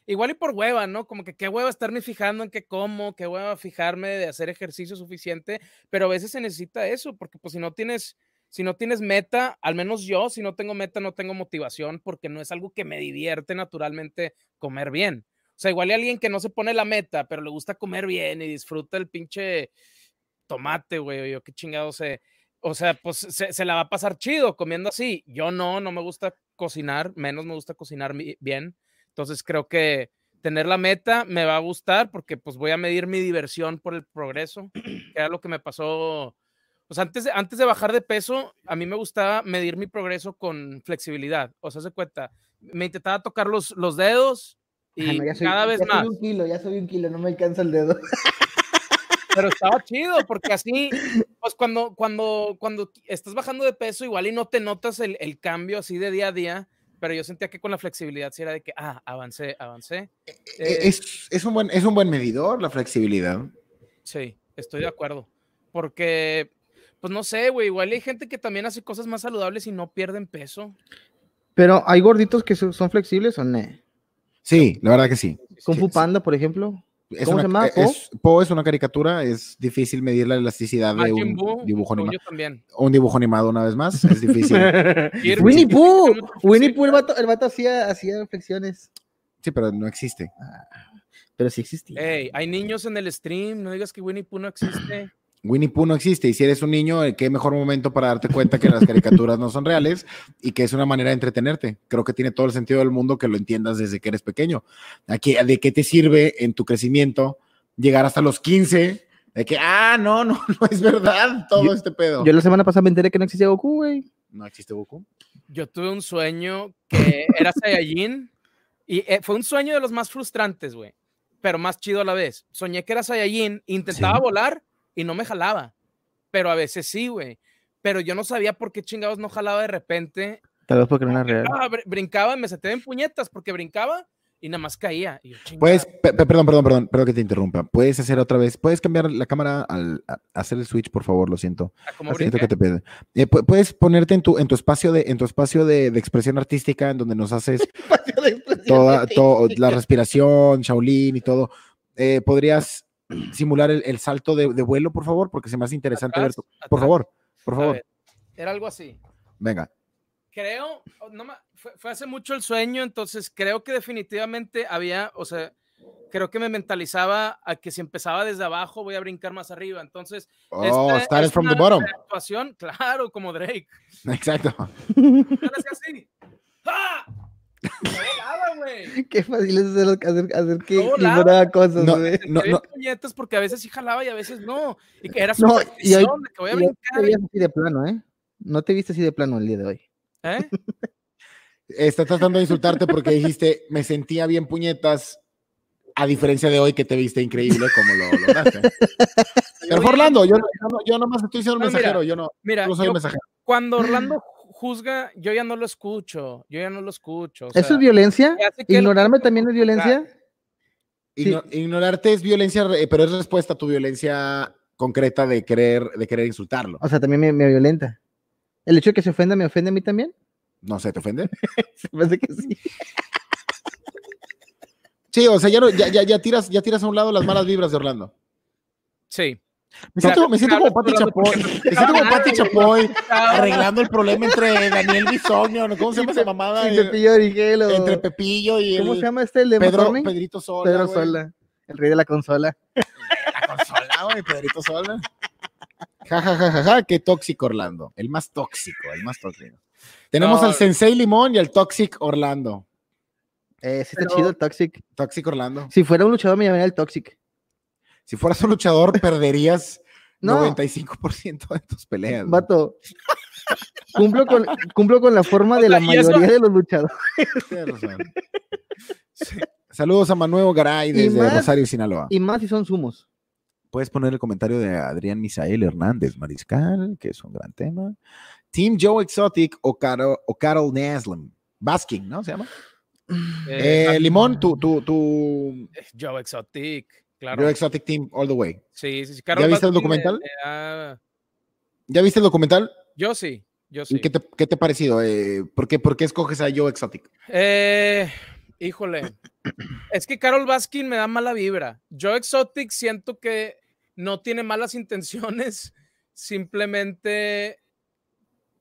S2: igual y por hueva, ¿no? Como que qué hueva estarme fijando en qué como, qué hueva fijarme de hacer ejercicio suficiente, pero a veces se necesita eso, porque pues si no tienes, si no tienes meta, al menos yo, si no tengo meta, no tengo motivación, porque no es algo que me divierte naturalmente comer bien. O sea, igual hay alguien que no se pone la meta, pero le gusta comer bien y disfruta el pinche tomate, güey, o yo qué chingado sé. O sea, pues se, se la va a pasar chido comiendo así. Yo no, no me gusta cocinar, menos me gusta cocinar mi- bien. Entonces creo que tener la meta me va a gustar porque pues voy a medir mi diversión por el progreso, que era lo que me pasó. O sea, antes de, antes de bajar de peso, a mí me gustaba medir mi progreso con flexibilidad. O sea, se cuenta, me intentaba tocar los, los dedos y
S3: Ah, no, ya soy-
S2: cada vez
S3: ya
S2: más.
S3: Soy un kilo, ya soy un kilo, no me alcanza el dedo.
S2: Pero estaba chido, porque así, pues cuando, cuando, cuando estás bajando de peso, igual y no te notas el, el cambio así de día a día, pero yo sentía que con la flexibilidad sí era de que, ah, avancé, avancé.
S1: e,
S2: Eh,
S5: Es, es un buen, es un buen medidor la flexibilidad.
S2: Sí, estoy de acuerdo. Porque, pues no sé, güey, igual hay gente que también hace cosas más saludables y no pierden peso.
S3: Pero hay gorditos que so- son flexibles o no.
S1: Sí, la verdad que sí.
S3: Kung
S1: Sí,
S3: Fu
S1: sí.
S3: Panda, por ejemplo.
S1: Es
S3: ¿Cómo
S1: una-
S3: se llama?
S1: eh, Es, Po es una caricatura, es difícil medir la elasticidad Ah, de
S2: Majin
S1: un
S2: Buu,
S1: dibujo
S2: soy
S1: animado.
S2: Ah, yo también.
S1: Un dibujo animado una vez más, es difícil.
S2: Kirby,
S3: Winnie
S2: sí,
S3: Pooh.
S2: tiene mucha
S3: Winnie Pooh,
S2: flexibilidad.
S3: el vato, el vato hacía, hacía flexiones.
S1: sí, pero no existe.
S3: Pero sí existía.
S2: Ey, hay niños en el stream, no digas que Winnie Pooh no existe.
S1: Winnie Pooh no existe y si eres un niño, eh, qué mejor momento para darte cuenta que las caricaturas no son reales y que es una manera de entretenerte. Creo que tiene todo el sentido del mundo que lo entiendas desde que eres pequeño. Aquí, ¿De qué te sirve en tu crecimiento llegar hasta los 15? De que, ah, no, no, no es verdad todo
S3: Yo-
S1: este pedo.
S3: Yo la semana pasada me enteré que no existía Goku, güey.
S1: no existe Goku.
S2: Yo tuve un sueño que era Saiyajin y eh, fue un sueño de los más frustrantes, güey, pero más chido a la vez. Soñé que era Saiyajin, intentaba
S1: Sí.
S2: volar y no me jalaba, pero a veces sí, güey. Pero yo no sabía por qué chingados no jalaba de repente.
S3: Tal vez porque no era real.
S2: Ah, br- brincaba, me senté en puñetas porque brincaba y nada más caía. Y yo,
S1: Puedes,
S2: "Chingado".
S1: pe- pe- perdón, perdón, perdón, perdón que te interrumpa. Puedes hacer otra vez, puedes cambiar la cámara al a- hacer el switch, por favor, lo siento.
S2: Ah, ¿cómo
S1: Siento
S2: brinqué?
S1: que te pierdes. Eh, pu- puedes ponerte en tu, en tu espacio de, en tu espacio de, de expresión artística, en donde nos haces toda, to- la respiración, Shaolin y todo. Eh, ¿Podrías simular el, el salto de, de vuelo, por favor? Porque se me hace interesante ver
S2: Atrás,
S1: tu- Por
S2: atrás.
S1: favor, por
S2: A
S1: favor,
S2: ver, Era algo así.
S1: venga.
S2: creo, o no, ma- fue, fue hace mucho el sueño, entonces creo que definitivamente había, o sea, creo que me mentalizaba a que si empezaba desde abajo voy a brincar más arriba, entonces...
S1: Oh,
S2: esta
S1: start
S2: es
S1: it from the
S2: una
S1: bottom.
S2: Actuación, claro, como Drake.
S1: Exacto.
S2: Yo le hacía así. ¡Ah! No volaba, güey.
S3: Qué fácil es hacer, hacer, hacer que
S2: No, la-
S3: ignoraba cosas,
S1: No,
S3: güey.
S1: no,
S2: Te vi
S1: no,
S2: puñetas porque a veces sí jalaba y a veces no. Y que era su
S3: No, y hoy-
S2: decisión de que voy a
S3: Y no te
S2: brincar.
S3: veías así de plano, ¿eh? No te viste así de plano el día de hoy.
S2: ¿eh?
S1: está tratando de insultarte porque dijiste, me sentía bien puñetas, a diferencia de hoy que te viste increíble como lo lograste. Pero fue Orlando, yo, yo, yo nomás estoy siendo un
S2: No, mira,
S1: mensajero, yo no,
S2: Mira,
S1: no soy
S2: yo-
S1: un mensajero.
S2: cuando Orlando ju- juzga, yo ya no lo escucho. Yo ya no lo escucho. o sea,
S3: ¿Eso es violencia?
S2: ya sé que lo-
S3: ¿Ignorarme también es violencia? sí.
S1: Igno- Ignorarte es violencia, eh, pero es respuesta a tu violencia concreta de querer, de querer insultarlo.
S3: O sea, también me, me violenta. ¿El hecho de que se ofenda me ofende a mí también?
S1: No sé, ¿te ofende?
S3: Se me hace que sí.
S1: Sí, o sea, ya, no- ya, ya, ya tiras, ya tiras a un lado las malas vibras de Orlando.
S2: Sí.
S1: Me siento,
S2: Mira,
S1: me siento
S2: claro,
S1: como Pati
S2: Orlando,
S1: Chapoy. Me siento como Pati Chapoy arreglando el problema entre Daniel Bisoño, ¿no? ¿cómo se llama esa mamada?
S3: Y
S1: Eh,
S3: Pepillo Origel o-
S1: Entre Pepillo y
S3: ¿Cómo
S1: el
S3: se llama este? ¿El de
S1: Pedro,
S3: McCormick?
S1: Pedrito Sola.
S3: Pedro
S1: güey.
S3: Sola. El rey de la consola.
S1: La consola, güey, Pedrito Sola. Ja, ja, ja, ja, ja, qué tóxico Orlando. El más tóxico, el más tóxico. Tenemos
S2: No.
S1: al Sensei Limón y al Toxic Orlando.
S3: Eh, sí está
S2: Pero-
S3: chido el Toxic.
S1: Tóxico Orlando.
S3: Si fuera un luchador me llamaría el Toxic.
S1: Si fueras un luchador, perderías
S3: No,
S1: 95% de tus peleas. güey.
S3: vato. Cumplo con, cumplo con la forma de la
S2: sea, y eso-
S3: mayoría de los luchadores.
S1: Tienes razón. Sí. Saludos a Manuel Garay desde
S3: más-
S1: Rosario, Sinaloa.
S3: Y más si son sumos.
S1: Puedes poner el comentario de Adrián Misael Hernández Mariscal, que es un gran tema. Team Joe Exotic o, Caro, o Carol Naslam. Basking, ¿no? Se llama.
S2: Eh,
S1: Eh, Limón, tu, tu, tu
S2: Joe Exotic, claro.
S1: Joe Exotic Team all the way.
S2: sí, sí, sí. Carol
S1: viste el
S2: Baskin le-
S1: documental?
S2: le da-
S1: ¿Ya viste el documental?
S2: Yo sí, yo
S1: ¿Y
S2: sí.
S1: ¿Qué, te, qué te ha parecido? Eh, ¿por, qué, por qué escoges a Joe Exotic?
S2: Eh, híjole. Es que Carol Baskin me da mala vibra. Joe Exotic siento que no tiene malas intenciones, simplemente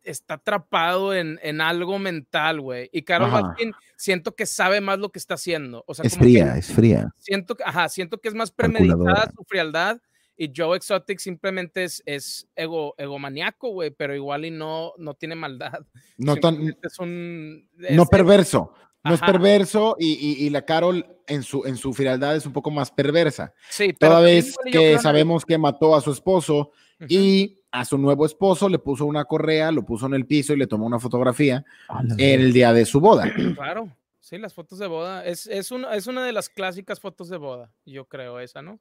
S2: está atrapado en, en algo mental, güey. Y Carol
S1: Ajá.
S2: Baskin siento que sabe más lo que está haciendo. O sea,
S1: Es
S2: como que
S1: fría, es fría.
S2: siento, que- ajá, siento que es más
S1: Calculadora.
S2: premeditada su frialdad y Joe Exotic simplemente es, es ego, egomaniaco, güey, pero igual y no, no tiene maldad.
S1: No, tan,
S2: Simplemente es un...
S1: no
S2: es-
S1: perverso. No es
S2: Ajá.
S1: perverso y, y- y la Carol en su, en su frialdad es un poco más perversa.
S2: Sí, pero
S1: Toda
S2: también
S1: vez
S2: igual y yo
S1: que
S2: creo-
S1: sabemos que mató a su esposo
S2: Ujú.
S1: y a su nuevo esposo le puso una correa, lo puso en el piso y le tomó una fotografía el día de su boda.
S2: Claro, sí, las fotos de boda. Es, es, una, es una de las clásicas fotos de boda, yo creo, esa, ¿no?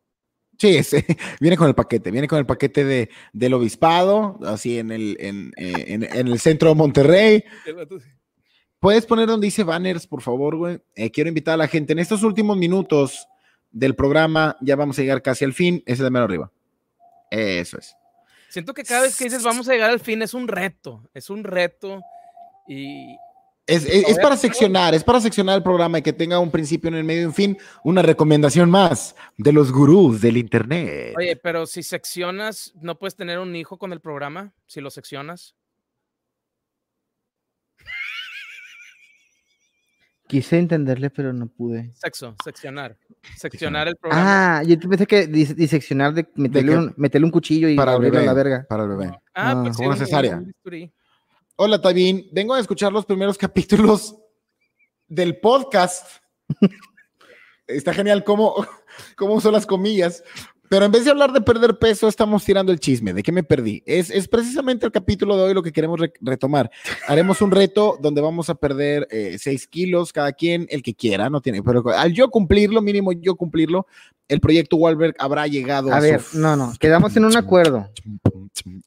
S1: Sí, ese, viene con el paquete, viene con el paquete de, del obispado, así en el, en, eh, en- en el centro de Monterrey. ¿Puedes poner donde dice banners, por favor, güey? Eh, quiero invitar a la gente. En estos últimos minutos del programa, ya vamos a llegar casi al fin. Ese de mero arriba. Eso es.
S2: Siento que cada vez que dices vamos a llegar al fin es un reto, es un reto y
S1: Es, es- es para seccionar, es para seccionar el programa y que tenga un principio, en el medio y un fin. Una recomendación más de los gurús del internet.
S2: oye, pero si seccionas no puedes tener un hijo con el programa si lo seccionas.
S3: Quise entenderle, pero no pude.
S2: Sexo, seccionar. Seccionar el programa.
S3: Ah, yo pensé que dis- diseccionar de meterle,
S1: qué?
S3: un, meterle un cuchillo y
S1: Para el
S3: abrirlo a la
S1: bebé.
S3: verga.
S1: Para el bebé.
S2: Ah,
S3: no,
S2: pues sí,
S1: una
S2: un- un-
S1: cesárea.
S2: un bisturí.
S1: Hola, Tabín. Vengo a escuchar los primeros capítulos del podcast. Está genial cómo, cómo son las comillas. Pero en vez de hablar de perder peso, estamos tirando el chisme. ¿De qué me perdí? Es, es precisamente el capítulo de hoy lo que queremos re- retomar. Haremos un reto donde vamos a perder 6 kilos cada quien, el que quiera, no tiene. Pero al yo cumplirlo, mínimo yo cumplirlo, el proyecto Wahlberg habrá llegado
S3: A
S1: su
S3: ver, no, no, quedamos en un acuerdo.
S1: fin.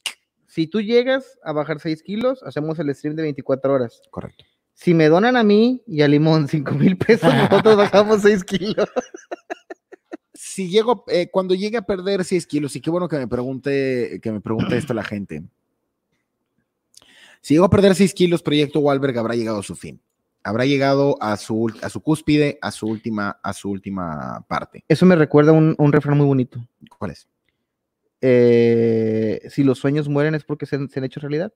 S3: Si tú llegas a bajar 6 kilos, hacemos el stream de 24 horas.
S1: Correcto.
S3: Si me donan a mí y a Limón 5 mil pesos, nosotros bajamos 6 kilos.
S1: si llego, eh, cuando llegue a perder 6 kilos, y qué bueno que me pregunte, que me pregunte esto la gente. Si llego a perder 6 kilos, Proyecto Wahlberg habrá llegado a su fin. Habrá llegado a su, ul- a su cúspide, a su última, a su última parte.
S3: Eso me recuerda un, un refrán muy bonito.
S1: ¿Cuál es?
S3: Eh, si los sueños mueren es porque se, han- se han hecho realidad.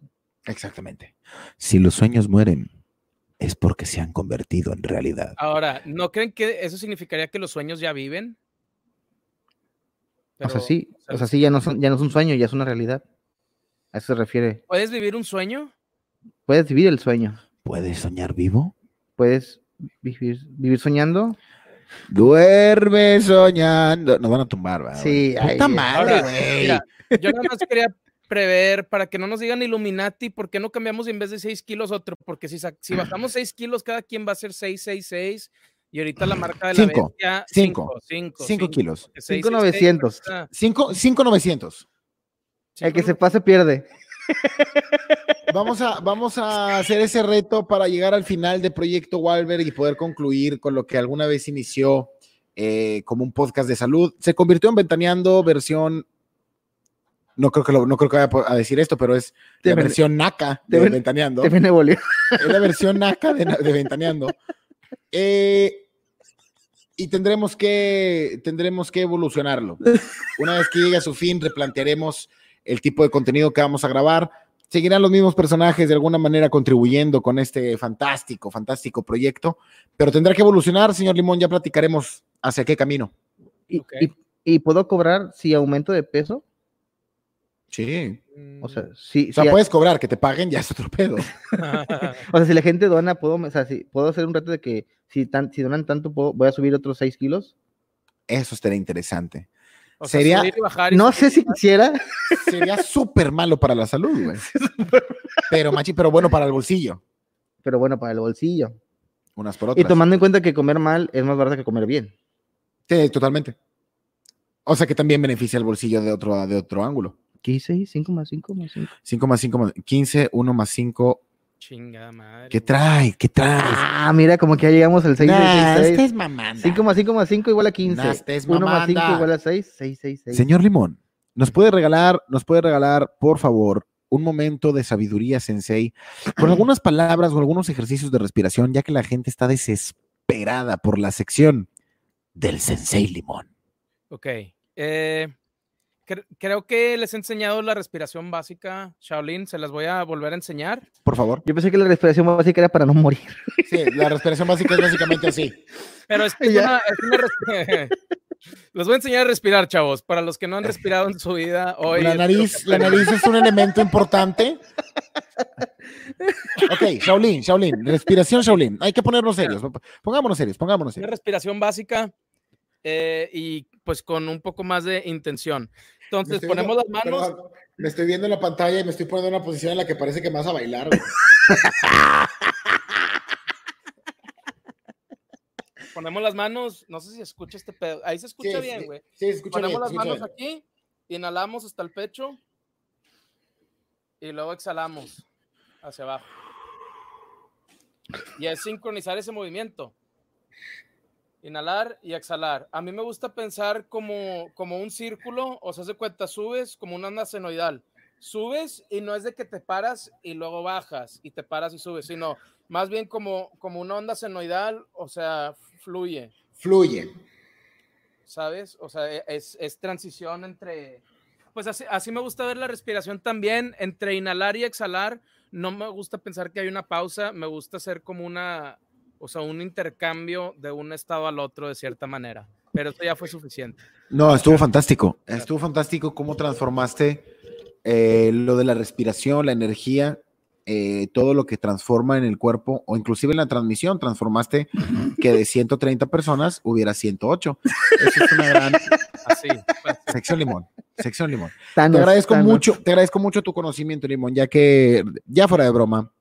S1: Exactamente. Si los sueños mueren, es porque se han convertido en realidad.
S2: Ahora, ¿no creen que eso significaría que los sueños ya viven?
S3: o sea,
S2: Pero,
S3: sí,
S2: o sea,
S3: o sea, sí, ya no, son- ya no es un sueño, ya es una realidad. A eso se refiere.
S2: ¿Puedes vivir un sueño?
S3: Puedes vivir el sueño.
S1: ¿Puedes soñar vivo?
S3: Puedes Vivir, vivir soñando.
S1: Duerme soñando. Nos van a tumbar, ¿verdad?
S3: Sí, ay,
S1: Puta madre,
S2: Ahora,
S1: güey.
S2: mira, yo nada más quería prever para que no nos digan Illuminati, ¿por qué no cambiamos en vez de 6 kilos otro? Porque si, sa- si bajamos 6 kilos, cada quien va a ser 6, 6, 6. Y ahorita la marca de la
S1: Cinco,
S2: bestia,
S1: cinco,
S2: 5,
S1: cinco kilos.
S3: 5,900.
S2: Ah,
S1: Cinco- cinco 900.
S3: El que se pase pierde.
S1: Vamos a, vamos a hacer ese reto para llegar al final de Proyecto Walberg y poder concluir con lo que alguna vez inició eh, como un podcast de salud. Se convirtió en Ventaneando versión. No creo que, lo- no creo que vaya a decir esto, pero es la
S3: Te ven-
S1: versión naca
S3: te
S1: de
S3: ven-
S1: Ventaneando.
S3: Te viene Bolívar.
S1: Es la versión naca de, de Ventaneando. Eh, y tendremos que, tendremos que evolucionarlo. Una vez que llegue a su fin, replantearemos el tipo de contenido que vamos a grabar. Seguirán los mismos personajes de alguna manera contribuyendo con este fantástico, fantástico proyecto, pero tendrá que evolucionar, señor Limón, ya platicaremos hacia qué camino.
S3: Y,
S2: Ok.
S3: y- y puedo cobrar si aumento de peso.
S1: Sí.
S3: O sea, si,
S1: O sea,
S3: si-
S1: puedes cobrar, que te paguen, ya es otro pedo.
S2: mm.
S3: o sea, si la gente dona, puedo, o sea, si, puedo hacer un reto de que si, tan, si donan tanto, puedo- voy a subir otros 6 kilos.
S1: Eso estaría interesante.
S2: O sea,
S1: sería-
S2: subir y bajar y
S3: No
S2: subir
S3: sé
S2: y
S3: si
S2: bajar.
S3: quisiera.
S1: Sería súper malo para la salud, güey. Pero, machi, pero bueno para el bolsillo.
S3: pero bueno, para el bolsillo.
S1: Unas por
S3: Y
S1: otras.
S3: tomando en cuenta que comer mal es más barato que comer bien.
S1: Sí, totalmente. O sea que también beneficia el bolsillo de otro, de otro ángulo.
S3: ¿Qué hice ahí? 5 más 5 más 5.
S1: 5 más 5 más 15, 1 más 5.
S2: Chingada madre.
S1: ¿Qué trae? ¿Qué trae?
S3: Ah, mira, como que ya llegamos al 6
S1: Nah,
S3: de 6.
S1: esta es mamanda.
S3: 5 más 5 más 5 igual a 15.
S1: Nah, esta es
S3: 1 más 5
S1: mamanda.
S3: igual a 6. 6, 6, 6.
S1: Señor Limón, ¿nos puede regalar, nos puede regalar, por favor, un momento de sabiduría, Sensei, con algunas palabras o algunos ejercicios de respiración, ya que la gente está desesperada por la sección del Sensei Limón?
S2: Ok. eh, cre- creo que les he enseñado la respiración básica, Shaolin. Se las voy a volver a enseñar.
S1: Por favor.
S3: Yo pensé que la respiración básica era para no morir.
S1: Sí, la respiración básica es básicamente así.
S2: Pero es que es
S3: Ya.
S2: una- es una res- Les voy a enseñar a respirar, chavos. Para los que no han respirado en su vida hoy.
S1: la
S2: espero que
S1: nariz, la
S2: aprendan.
S1: nariz es un elemento importante. Ok, Shaolin, Shaolin, respiración Shaolin. Hay que ponernos serios. Pongámonos serios, pongámonos
S2: Una
S1: serios.
S2: respiración básica eh, y pues con un poco más de intención. Entonces
S1: estoy
S2: ponemos las manos.
S1: Perdón, me estoy viendo en la pantalla y me estoy poniendo en una posición en la que parece que me vas a bailar. güey.
S2: Ponemos las manos. No sé si escucha este pedo. Ahí se escucha bien, güey.
S1: Sí, escucha
S2: Ponemos
S1: bien,
S2: las
S1: escucha
S2: manos
S1: bien.
S2: aquí, inhalamos hasta el pecho y luego exhalamos hacia abajo. Y es sincronizar ese movimiento. Inhalar y exhalar. A mí me gusta pensar como, como un círculo, o sea, se cuenta, subes como una nasenoidal. Subes y no es de que te paras y luego bajas y te paras y subes, sino más bien como, como una onda senoidal, o sea, fluye.
S1: Fluye.
S2: ¿sabes? O sea, e- es, es transición entre... Pues así, así me gusta ver la respiración también, entre inhalar y exhalar. No me gusta pensar que hay una pausa, me gusta hacer como una, o sea, un intercambio de un estado al otro de cierta manera. Pero esto ya fue suficiente.
S1: No, estuvo fantástico. Estuvo fantástico cómo transformaste eh, lo de la respiración, la energía, eh, todo lo que transforma en el cuerpo, o inclusive en la transmisión, transformaste que de 130 personas hubiera 108. Eso es una gran
S2: Así. pues,
S1: sección limón. Sección limón. Te
S3: Thanos,
S1: agradezco
S3: Thanos.
S1: mucho, te agradezco mucho tu conocimiento, Limón, ya que ya fuera de broma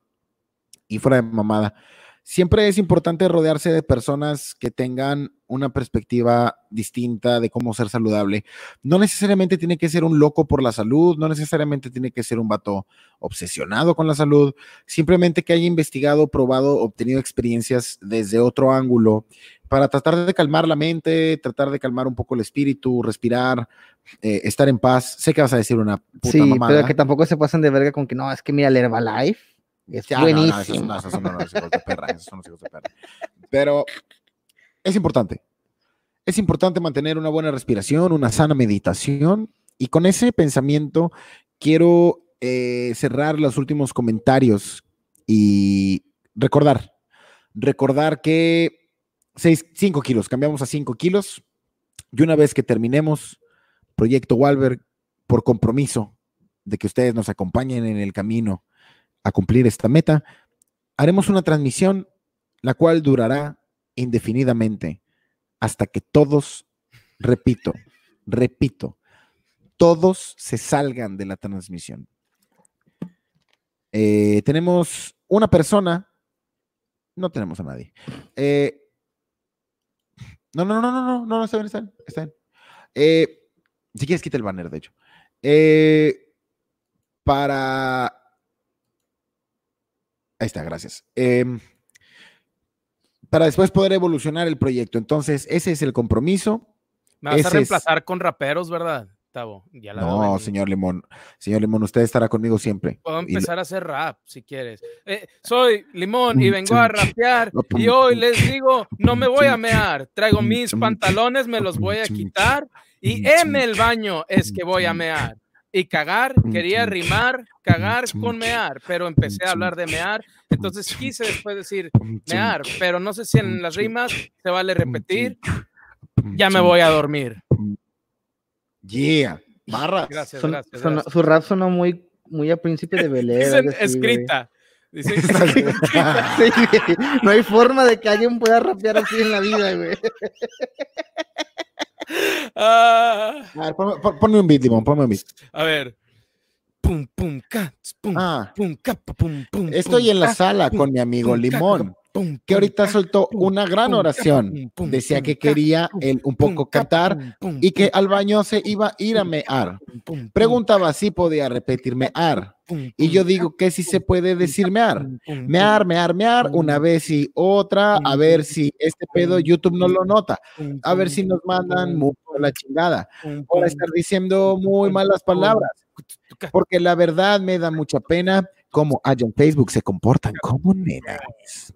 S1: y fuera de mamada, siempre es importante rodearse de personas que tengan una perspectiva distinta de cómo ser saludable. No necesariamente tiene que ser un loco por la salud, no necesariamente tiene que ser un vato obsesionado con la salud, simplemente que haya investigado, probado, obtenido experiencias desde otro ángulo para tratar de calmar la mente, tratar de calmar un poco el espíritu, respirar, eh, estar en paz. Sé que vas a decir una puta
S3: Sí,
S1: mamada.
S3: pero que tampoco se pasen de verga con que no, es que mira el Herbalife. Es
S1: Ya, no, no, esos-
S3: buenísimo.
S1: no, esos son unos hijos de perra, esos son unos hijos de perra. Pero es importante. Es importante mantener una buena respiración, una sana meditación. Y con ese pensamiento quiero eh, cerrar los últimos comentarios y recordar. Recordar que 5 kilos, cambiamos a 5 kilos. Y una vez que terminemos, Proyecto Walberg, por compromiso de que ustedes nos acompañen en el camino a cumplir esta meta, haremos una transmisión
S4: la cual durará indefinidamente hasta que todos, repito, repito, todos se salgan de la transmisión. Eh, tenemos una persona, no tenemos a nadie. Eh, no, no, no, no, no, no, no, está bien, está bien. Está bien. Eh, si quieres, quita el banner, de hecho. Eh, para. Ahí está, gracias. Eh, para después poder evolucionar el proyecto. Entonces, ese es el compromiso.
S2: Me vas
S4: Ese
S2: a
S4: es-
S2: reemplazar con raperos, ¿verdad, Tavo? Ya la veo
S4: No,
S2: venir.
S4: señor Limón. Señor Limón, usted estará conmigo siempre.
S2: Puedo
S4: Y-
S2: empezar a hacer rap si quieres. Eh, soy Limón
S4: Mm,
S2: y vengo a rapear. Y hoy les digo: no me voy a mear. Traigo mis pantalones, me los voy a quitar. Y en el baño es que voy a mear. Y cagar, quería rimar, cagar con mear, pero empecé a hablar de mear. Entonces quise después decir mear, pero no sé si en las rimas se vale repetir. Ya me voy a dormir.
S4: Yeah. Barra.
S2: Gracias,
S3: Son-
S2: gracias.
S3: sonó-
S2: gracias.
S3: su rap sonó muy, muy a príncipe de Belén.
S2: Dicen escrita. Dicen
S3: no hay forma de que alguien pueda rapear así en la vida, güey.
S2: Ah,
S4: A ver, ponme, pon- ponme un beat, Limón, ponme un beat.
S2: a ver. Pum, pum, ca, pum,
S4: Ah,
S2: pum, ca, pa, pum, pum.
S4: estoy
S2: pum,
S4: en la
S2: ca,
S4: sala con mi amigo
S2: Ah, pum, ca,
S4: Limón,
S2: pum, pum,
S4: que ahorita
S2: ca,
S4: soltó una gran
S2: pum,
S4: oración.
S2: pum, pum,
S4: Decía
S2: pum,
S4: que
S2: ca,
S4: quería
S2: pum,
S4: él un
S2: pum,
S4: poco
S2: ca,
S4: cantar
S2: pum, pum,
S4: y que
S2: pum,
S4: al baño se iba a ir a mear.
S2: pum, pum,
S4: Preguntaba si podía repetir mear.
S2: pum,
S4: Y yo
S2: pum,
S4: digo que si se puede decir mear.
S2: pum, pum,
S4: Mear, mear, mear, una vez y otra, a ver si este pedo YouTube no lo nota,
S2: pum,
S4: a ver si nos mandan mucho la chingada,
S2: pum,
S4: por
S2: pum,
S4: estar diciendo muy malas palabras,
S2: ca,
S4: porque la verdad me da mucha pena cómo allá en Facebook se comportan como nenas.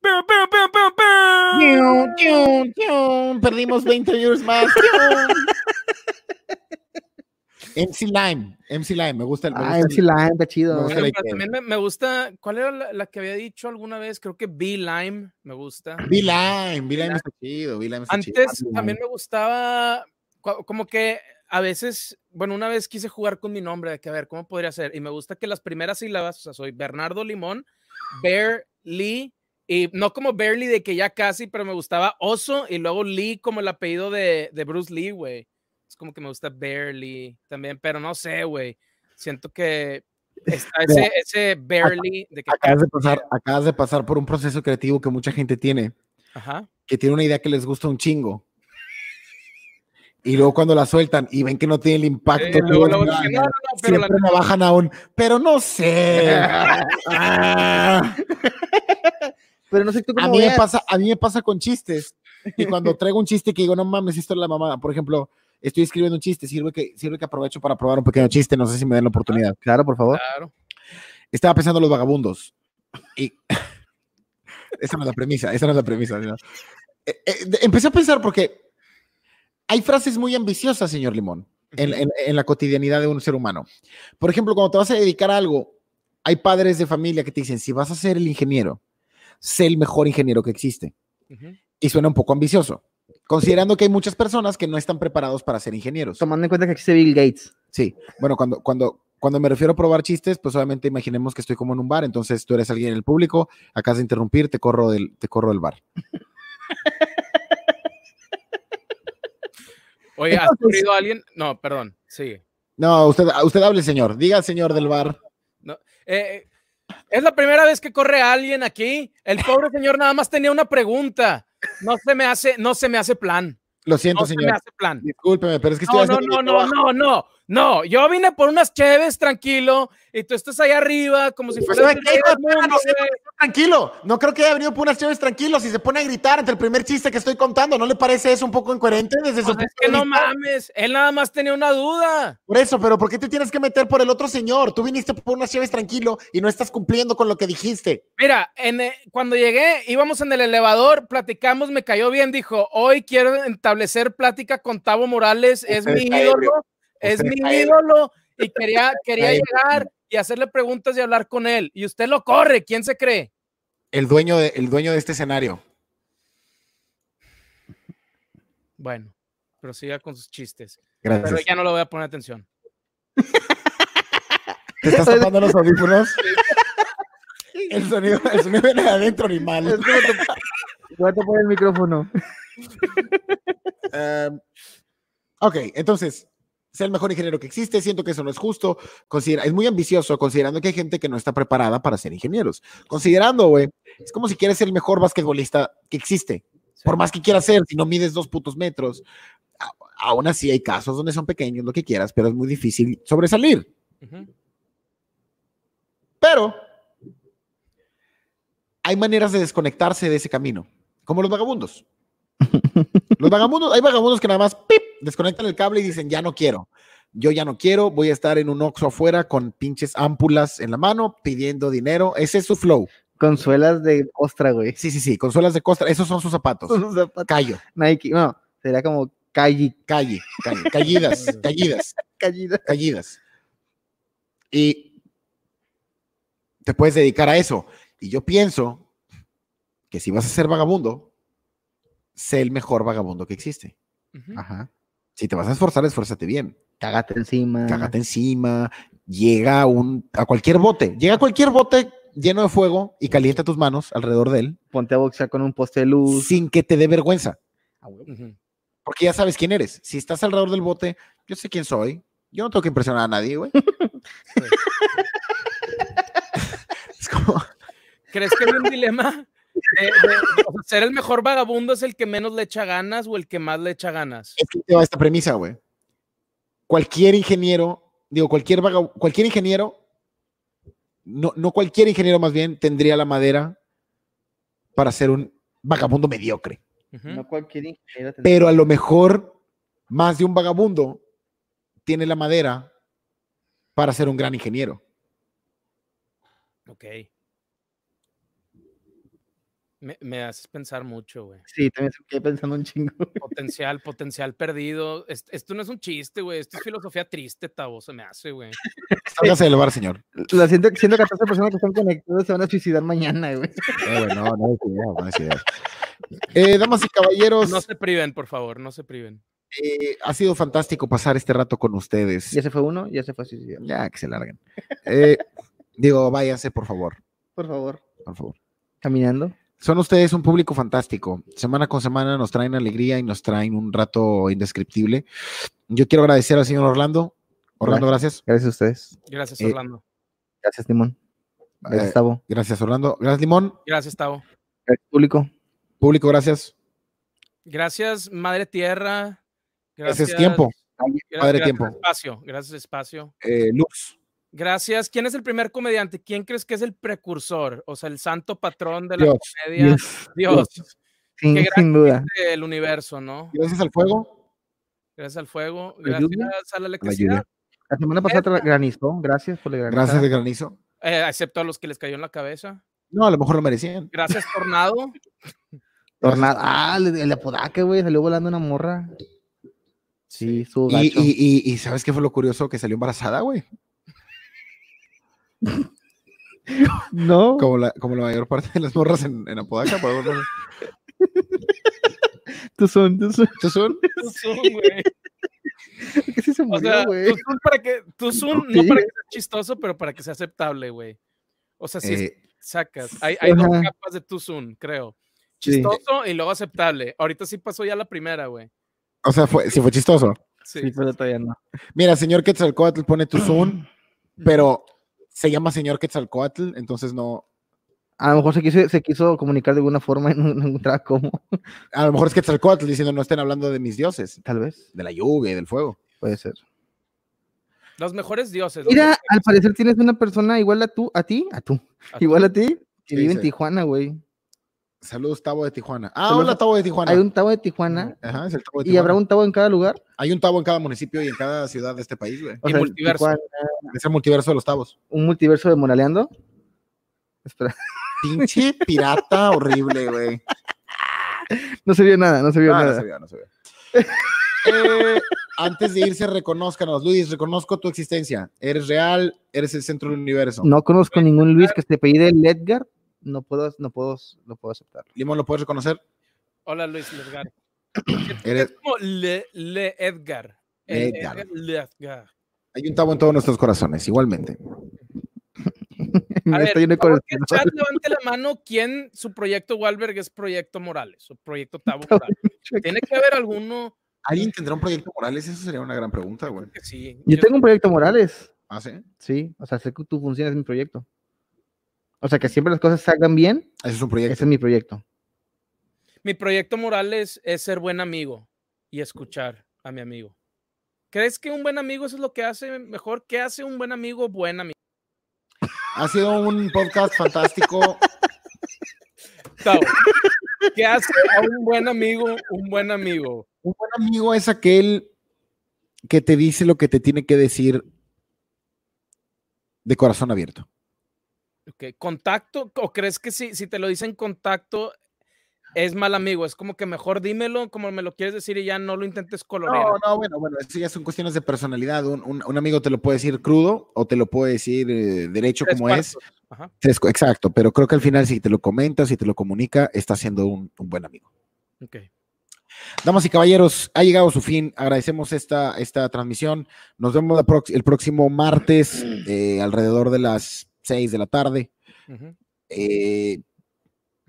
S2: pum, pum, pum, pum, pum.
S4: Tiun, tiun, tiun, Perdimos 20 euros más. tiun. MC Lime, MC Lime, me gusta el. me
S3: Ah,
S4: gusta el-
S3: MC Lion, está chido.
S4: Me
S3: ¿no?
S4: gusta
S2: Por
S4: la
S2: ejemplo,
S4: idea.
S2: también me, me gusta, ¿cuál era la, la que había dicho alguna vez? Creo que B-Lime me gusta.
S4: V-Lime, V-Lime está chido, V-Lime está chido.
S2: Antes también me gustaba, cua- como que a veces, bueno, una vez quise jugar con mi nombre, de que a ver, ¿cómo podría ser? Y me gusta que las primeras sílabas, o sea, soy Bernardo Limón, Bear Lee, y no como Barely de que ya casi, pero me gustaba Oso y luego Lee como el apellido de, de Bruce Lee, güey. Es como que me gusta Bear Lee también, pero no sé, güey. Siento que está ese, ese Barely de que...
S4: Acabas de, pasar, acabas de pasar por un proceso creativo que mucha gente tiene,
S2: Ajá.
S4: que tiene una idea que les gusta un chingo. Y luego cuando la sueltan y ven que no tiene el impacto,
S2: Eh,
S4: que
S2: luego-
S4: les
S2: luego
S4: dan,
S2: dije, no, no, no, pero la
S4: siempre me bajan a un, pero no sé. Ah,
S3: Pero no sé tú
S4: a,
S3: cómo
S4: mí me
S3: veas.
S4: pasa, a mí me pasa con chistes. Y cuando traigo un chiste que digo, no mames, esto es la mamada. Por ejemplo, estoy escribiendo un chiste, sirve que, sirve que aprovecho para probar un pequeño chiste, no sé si me den la oportunidad.
S3: Claro, por favor.
S2: Claro.
S4: Estaba pensando en los vagabundos. Y esa no es la premisa, esa no es la premisa. ¿no? Eh, eh, de- empecé a pensar porque hay frases muy ambiciosas, señor Limón, en, en- en la cotidianidad de un ser humano. Por ejemplo, cuando te vas a dedicar a algo, hay padres de familia que te dicen, si vas a ser el ingeniero, sé el mejor ingeniero que existe.
S2: Ujú.
S4: Y suena un poco ambicioso, considerando que hay muchas personas que no están preparados para ser ingenieros.
S3: Tomando en cuenta que existe Bill Gates.
S4: Sí, bueno, cuando, cuando, cuando me refiero a probar chistes, pues obviamente imaginemos que estoy como en un bar, entonces tú eres alguien en el público, acabas de interrumpir, te corro del, te corro del bar.
S2: Oye, ¿has
S4: Entonces-
S2: corrido a alguien? No, perdón, sigue.
S4: No, usted, a usted hable, señor, diga señor del bar.
S2: Eh, es la primera vez que corre alguien aquí. El pobre señor nada más tenía una pregunta. No se me hace, no se me hace plan.
S4: Lo siento,
S2: No se me
S4: señor.
S2: hace plan.
S4: Discúlpeme, pero es que estoy
S2: No, no,
S4: haciendo mi
S2: no, no, no,
S4: trabajo.
S2: no, no. Yo vine por unas cheves tranquilo y tú estás ahí arriba como si
S4: Pues,
S2: fueras
S4: ¿sabe
S2: el
S4: qué,
S2: rey
S4: hijo de
S2: del mundo,
S4: puta? No sé,
S2: güey.
S4: Tranquilo, no creo que haya venido por unas chaves tranquilos y se pone a gritar entre el primer chiste que estoy contando. ¿No le parece eso un poco incoherente desde su
S2: Pues
S4: punto
S2: es que
S4: de
S2: no
S4: vista?
S2: mames. Él nada más tenía una duda.
S4: Por eso, pero ¿por qué te tienes que meter por el otro señor? Tú viniste por unas chaves tranquilo y no estás cumpliendo con lo que dijiste.
S2: Mira, en, eh, cuando llegué, íbamos en el elevador, platicamos, me cayó bien, dijo, hoy quiero establecer plática con Tavo Morales, es
S4: Usted
S2: mi
S4: está ebrio.
S2: ídolo, es
S4: Usted
S2: mi
S4: está ebrio.
S2: ídolo, y quería, quería
S4: ebrio.
S2: llegar y hacerle preguntas y hablar con él, y usted lo corre, ¿quién se cree?
S4: El dueño de, el dueño de este escenario.
S2: Bueno, prosiga con sus chistes,
S4: Gracias.
S2: pero ya no le voy a poner atención.
S4: ¿Te estás tapando los audífonos?
S5: güey.
S4: El sonido, el sonido viene de adentro,
S3: Es
S4: animal.
S3: como te- voy a tapar el micrófono.
S4: Um, ok, entonces, sea el mejor ingeniero que existe, siento que eso no es justo. Considera, es muy ambicioso, considerando que hay gente que no está preparada para ser ingenieros. Considerando, güey, es como si quieres ser el mejor basquetbolista que existe. Por más que quieras ser, si no mides dos putos metros, a- aún así hay casos donde son pequeños, lo que quieras, pero es muy difícil sobresalir.
S2: Ujú.
S4: Pero hay maneras de desconectarse de ese camino, como los vagabundos. Los vagabundos, hay vagabundos que nada más pip, desconectan el cable y dicen, ya no quiero. Yo ya no quiero, voy a estar en un oxo afuera con pinches ámpulas en la mano pidiendo dinero. Ese es su flow.
S3: Consuelas de ostra, güey.
S4: Sí, sí, sí, consolas de costra. Esos son sus zapatos.
S3: Con un zapato
S4: Callo,
S3: Nike. No, sería como calli,
S4: calle, calle, callidas, callidas.
S3: callida.
S4: callidas. Y te puedes dedicar a eso. Y yo pienso que si vas a ser vagabundo, sé el mejor vagabundo que existe. Ah.
S2: Ujú.
S3: Ajá.
S4: Si te vas a esforzar, esfuérzate bien.
S3: Cágate encima.
S4: Cágate encima, llega a, un, a cualquier bote. Llega a cualquier bote lleno de fuego y calienta tus manos alrededor de él
S3: Ponte a boxear con un poste de luz.
S4: sin que te dé vergüenza.
S2: Ujú.
S4: Porque ya sabes quién eres. Si estás alrededor del bote, yo sé quién soy. Yo no tengo que impresionar a nadie, güey. es como...
S2: ¿Crees que hay un dilema? de- de- o sea, ser el mejor vagabundo es el que menos le echa ganas o el que más le echa ganas.
S4: es que te va esta premisa, güey. Cualquier ingeniero, digo, cualquier vaga- cualquier ingeniero, no, no cualquier ingeniero más bien tendría la madera para ser un vagabundo mediocre.
S2: Ujú.
S3: No cualquier ingeniero tendría-
S4: Pero a lo mejor más de un vagabundo tiene la madera para ser un gran ingeniero.
S2: Ok. Me, me haces pensar mucho, güey.
S3: Sí, también se quedé pensando un chingo.
S2: Potencial, potencial perdido. Es- esto no es un chiste, güey. Esto es filosofía triste, Tavo, se me hace, güey.
S4: Sálgase del bar, señor.
S3: Lo siento, 114 personas que están conectadas se van a suicidar mañana, güey.
S4: Eh, güey, no, no es idea, no es idea. Eh, damas y caballeros,
S2: No se priven, por favor, no se priven.
S4: eh, ha sido fantástico pasar este rato con ustedes.
S3: Ya se fue uno, ya se fue a suicidar.
S4: Ya, que se larguen. Eh, digo, váyanse, por favor,
S3: Por favor.
S4: por favor.
S3: Caminando.
S4: Son ustedes un público fantástico. Semana con semana nos traen alegría y nos traen un rato indescriptible. Yo quiero agradecer al señor Orlando. Orlando, gracias.
S3: Gracias a ustedes.
S2: Gracias,
S4: Eh,
S2: Orlando.
S3: Gracias, Timón.
S4: Eh,
S3: Gracias, Tavo.
S4: gracias, Orlando. Gracias, Limón.
S2: Gracias, Tavo.
S3: Gracias, público.
S4: Público, gracias.
S2: Gracias, Madre Tierra.
S4: Gracias, tiempo.
S2: gra-
S4: Madre
S2: gracias,
S4: tiempo.
S2: Espacio. Gracias, espacio.
S4: Eh, Lux.
S2: Gracias. ¿Quién es el primer comediante? ¿Quién crees que es el precursor? O sea, el santo patrón de la
S4: Dios.
S2: comedia. Dios,
S3: Sin,
S2: Qué gran
S3: sin duda.
S2: del universo, ¿no?
S4: Gracias al fuego.
S2: Gracias al fuego.
S3: La lluvia,
S2: Gracias a la
S4: A la lluvia.
S2: electricidad.
S3: La semana pasada granizó. Gracias por la granizada.
S4: Gracias de granizo.
S2: eh, excepto a los que les cayó en la cabeza.
S4: No, a lo mejor lo merecían.
S2: Gracias, Tornado.
S3: Tornado. Ah, el, el apodaca, güey. Salió volando una morra. Sí, su gacho.
S4: Y, y- y- y ¿sabes qué fue lo curioso? Que salió embarazada, güey.
S3: no.
S4: Como la, como la mayor parte de las morras en, en Apodaca. por ejemplo.
S3: Tú son, tú son.
S4: Tuzun.
S2: Tuzun, güey.
S3: ¿Qué sí se
S2: O
S3: murió,
S2: sea, pues,
S3: güey?
S2: Tuzun para que, Tuzun, no
S3: Sí.
S2: para que sea chistoso, pero para que sea aceptable, güey. O sea, sí
S4: Eh,
S2: sacas. Hay, hay dos
S3: Ajá.
S2: capas de Tuzun, creo.
S3: Sí.
S2: Chistoso y luego aceptable. Ahorita sí pasó ya la primera, güey.
S4: o sea, fue, sí fue chistoso.
S2: Sí.
S3: Sí, pero todavía no.
S4: Mira, señor Quetzalcoatl pone tu Zoom, pero se llama señor Quetzalcoatl, entonces no.
S3: A lo mejor se quiso, se quiso comunicar de alguna forma y no, no encontraba cómo.
S4: A lo mejor es Quetzalcoatl diciendo no estén hablando de mis dioses,
S3: Tal vez.
S4: de la lluvia y del fuego.
S3: Puede ser.
S2: Los mejores dioses. los
S3: Mira,
S2: mejores-
S3: al parecer tienes una persona igual a tú, a ti, a tú,
S2: a
S3: igual a ti, que
S4: Sí,
S3: vive en
S4: sí.
S3: Tijuana, güey.
S4: Saludos, Tabo de Tijuana. Ah,
S3: Saludos.
S4: hola, Tabo de Tijuana.
S3: Hay un tabo de Tijuana
S4: Ajá, es el Tabo
S3: y
S4: de Tijuana.
S3: habrá un tabo en cada lugar.
S4: Hay un Tabo en cada municipio y en cada ciudad de este país, güey.
S3: O
S2: Y
S3: sea,
S2: multiverso.
S3: Tijuana,
S4: Es el multiverso de los Tabos.
S3: un multiverso de Moraleando. Espera,
S4: Pinche pirata horrible, güey.
S3: no se vio nada, no se vio
S4: Ah, no
S3: nada.
S4: se vio, no se vio. Eh, antes de irse, reconózcanos. Luis, reconozco tu existencia. Eres real, eres el centro del universo.
S3: No conozco ningún Luis que se pide el Edgar. No puedo, no puedo, no puedo aceptarlo.
S4: Limón, ¿lo puedes reconocer?
S2: Hola, Luis Edgar.
S4: Eres,
S2: Como Le, Le Edgar.
S4: Le
S2: El-
S4: Edgar.
S2: el- Le Edgar.
S4: Hay un tabo en todos nuestros corazones, igualmente.
S2: A ver, por favor, que el chat levante la mano quién su proyecto Wahlberg es proyecto Morales o proyecto Tavo Morales. Tiene que haber alguno.
S1: ¿Alguien tendrá un proyecto Morales? Eso sería una gran pregunta, güey.
S2: que sí.
S3: Yo tengo un proyecto Morales.
S1: ¿Ah, sí?
S3: Sí, o sea, sé que tú funcionas en mi proyecto. O sea, que siempre las cosas salgan bien,
S1: Ese es un proyecto.
S3: ese es mi proyecto.
S2: Mi proyecto Morales es ser buen amigo y escuchar a mi amigo. ¿Crees que un buen amigo eso es lo que hace mejor? ¿Qué hace un buen amigo buen amigo?
S1: Ha sido un podcast fantástico.
S2: Tavo, ¿Qué hace a un buen amigo un buen amigo?
S1: Un buen amigo es aquel que te dice lo que te tiene que decir de corazón abierto.
S2: Ok, ¿Contacto? ¿O crees que si, si te lo dicen contacto es mal amigo? Es como que mejor dímelo como me lo quieres decir y ya no lo intentes colorear.
S1: No, no, bueno, bueno, eso ya son cuestiones de personalidad. Un, un- un amigo te lo puede decir crudo o te lo puede decir eh, derecho
S2: Tres
S1: como es.
S2: cuartos. Ajá.
S1: Tres cu- Exacto, pero creo que al final si te lo comenta, si te lo comunica, está siendo un, un buen amigo.
S2: Ok.
S1: Damas y caballeros, ha llegado su fin. Agradecemos esta, esta transmisión. Nos vemos la prox- el próximo martes eh, alrededor de las 6 de la tarde.
S2: Ujú.
S1: Eh,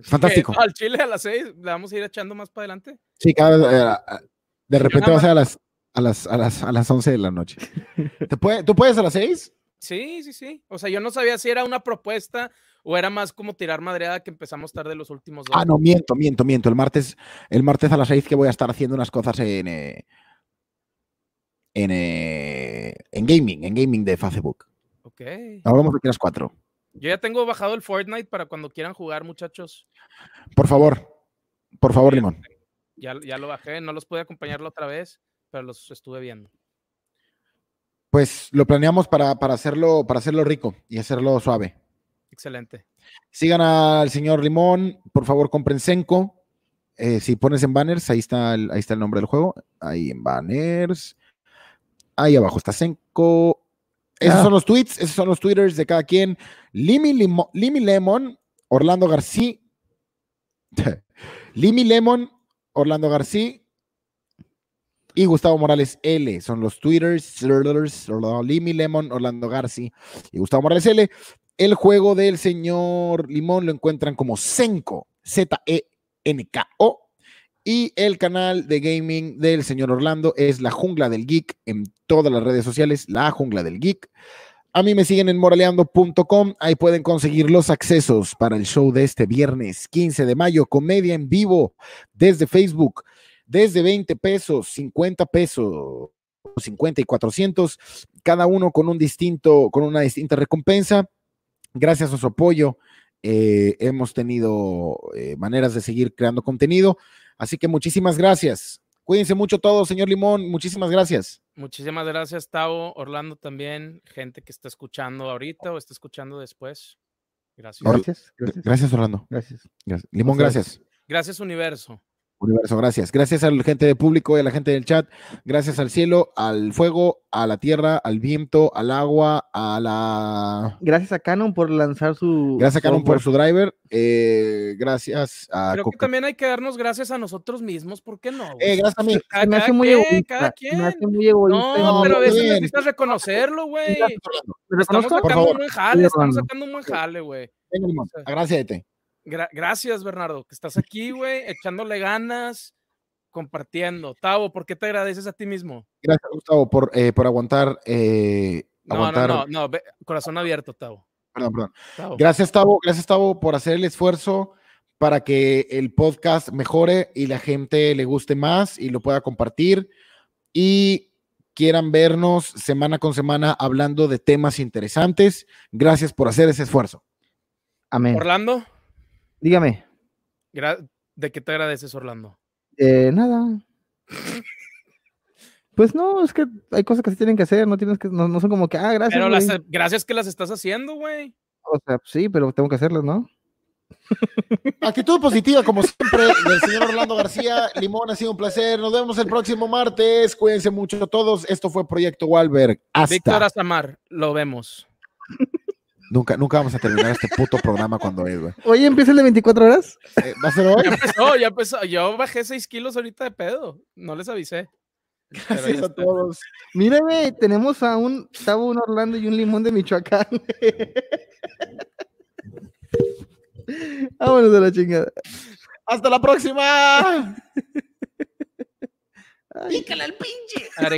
S1: fantástico.
S2: Eh, al Chile a las seis, le vamos a ir echando más para adelante.
S1: Sí, cada vez, eh, de repente
S2: nada
S1: va a ser a las, a, las, a, las, a las 11 de la noche. ¿Te puede- ¿Tú puedes a las 6?
S2: Sí, sí, sí. O sea, yo no sabía si era una propuesta o era más como tirar madreada que empezamos tarde los últimos dos.
S1: Ah, no, miento, miento, miento. El martes, el martes a las 6 que voy a estar haciendo unas cosas en, eh, en, eh, en gaming, en gaming de Facebook.
S2: Ok.
S1: Hablamos aquí a las 4.
S2: Yo ya tengo bajado el Fortnite para cuando quieran jugar, muchachos.
S1: Por favor, por favor, Limón.
S2: Ya, ya lo bajé, no los pude acompañar la otra vez, pero los estuve viendo.
S1: Pues lo planeamos para, para hacerlo, para hacerlo rico y hacerlo suave.
S2: Excelente.
S1: Sigan al señor Limón, por favor compren Senko. Eh, si pones en banners, ahí está, el, ahí está el nombre del juego. Ahí en banners. Ahí abajo está Senko. Esos
S3: Ah.
S1: son los tweets, esos son los twitters de cada quien. Limi, Limo- Limi Lemon, Orlando García. Limi Lemon, Orlando García. Y Gustavo Morales L. Son los twitters. Limi Lemon, Orlando García. Y Gustavo Morales L. El juego del señor Limón lo encuentran como E Senko, Z-E-N-K-O. Y el canal de gaming del señor Orlando es La Jungla del Geek en todas las redes sociales, La Jungla del Geek. A mí me siguen en moraleando.com, ahí pueden conseguir los accesos para el show de este viernes 15 de mayo, comedia en vivo desde Facebook, desde 20 pesos, 50 pesos, 50 y 400, cada uno con un distinto, con una distinta recompensa gracias a su apoyo, eh, hemos tenido eh, maneras de seguir creando contenido. Así que muchísimas gracias. Cuídense mucho todos, señor Limón. Muchísimas gracias.
S2: Muchísimas gracias, Tavo, Orlando también, gente que está escuchando ahorita o está escuchando después. Gracias.
S1: Ahora-
S3: Gracias, gracias,
S1: Gracias, Orlando.
S3: gracias.
S1: Gracias. Limón,
S3: Gracias.
S1: gracias.
S2: Gracias, universo.
S1: Universo, gracias. Gracias a la gente de público y a la gente del chat. Gracias al cielo, al fuego, a la tierra, al viento, al agua, a la.
S3: Gracias a Canon por lanzar su.
S1: Gracias a Canon por
S3: software.
S1: su driver. Eh, gracias a
S2: Creo que
S1: Coca-
S2: también hay que darnos gracias a nosotros mismos, ¿por qué no? güey?
S1: Eh, gracias a mí.
S2: Cada-
S3: Se me hace
S2: cada
S3: muy
S2: quien,
S3: egoísta.
S2: cada
S3: se me hace
S2: quien.
S3: muy egoísta.
S2: No,
S1: No,
S2: pero a
S1: muy
S2: veces
S1: bien.
S2: necesitas reconocerlo, güey.
S1: Gracias, Orlando.
S3: ¿Me
S2: Estamos
S3: reconozco?
S1: Por
S2: sacando
S1: favor.
S2: un buen jale, estamos
S3: Orlando.
S2: sacando un buen jale, güey.
S1: Venga, Limón,
S2: Sí.
S1: agradecete.
S2: Gra- gracias, Bernardo, que estás aquí, güey, echándole ganas, compartiendo. Tavo, ¿por qué te agradeces a ti mismo?
S1: Gracias, Gustavo, por, eh, por aguantar. eh,
S2: No,
S1: aguantar.
S2: no, no, no, ve- corazón abierto, Tavo.
S1: Perdón, perdón.
S2: Tavo.
S1: Gracias, Tavo. Gracias, Tavo, por hacer el esfuerzo para que el podcast mejore y la gente le guste más y lo pueda compartir y quieran vernos semana con semana hablando de temas interesantes. Gracias por hacer ese esfuerzo.
S3: Amén.
S2: Orlando,
S3: Dígame.
S2: gra- ¿de qué te agradeces, Orlando?
S3: Eh, nada. Pues no, es que hay cosas que se tienen que hacer, no tienes que, no, no son como que, ah, gracias.
S2: Pero las, eh,
S3: güey.
S2: gracias que las estás haciendo, güey.
S3: O sea, sí, pero tengo que hacerlas, ¿no?
S1: Actitud positiva, como siempre, del señor Orlando García. Limón, ha sido un placer. Nos vemos el próximo martes. Cuídense mucho todos. Esto fue Proyecto Walberg. Hasta.
S2: Víctor Azamar, lo vemos.
S1: Nunca, nunca vamos a terminar este puto programa cuando es, güey.
S3: Oye, empieza el de 24 horas.
S1: Eh, ¿Va a ser hoy?
S2: Ya empezó, ya empezó. Yo bajé 6 kilos ahorita de pedo. No les avisé.
S5: Gracias a todos.
S3: Mira, güey, tenemos a un Tavo, un Orlando y un limón de Michoacán. Vámonos a la chingada.
S5: ¡Hasta la próxima!
S3: Ay.
S2: Are-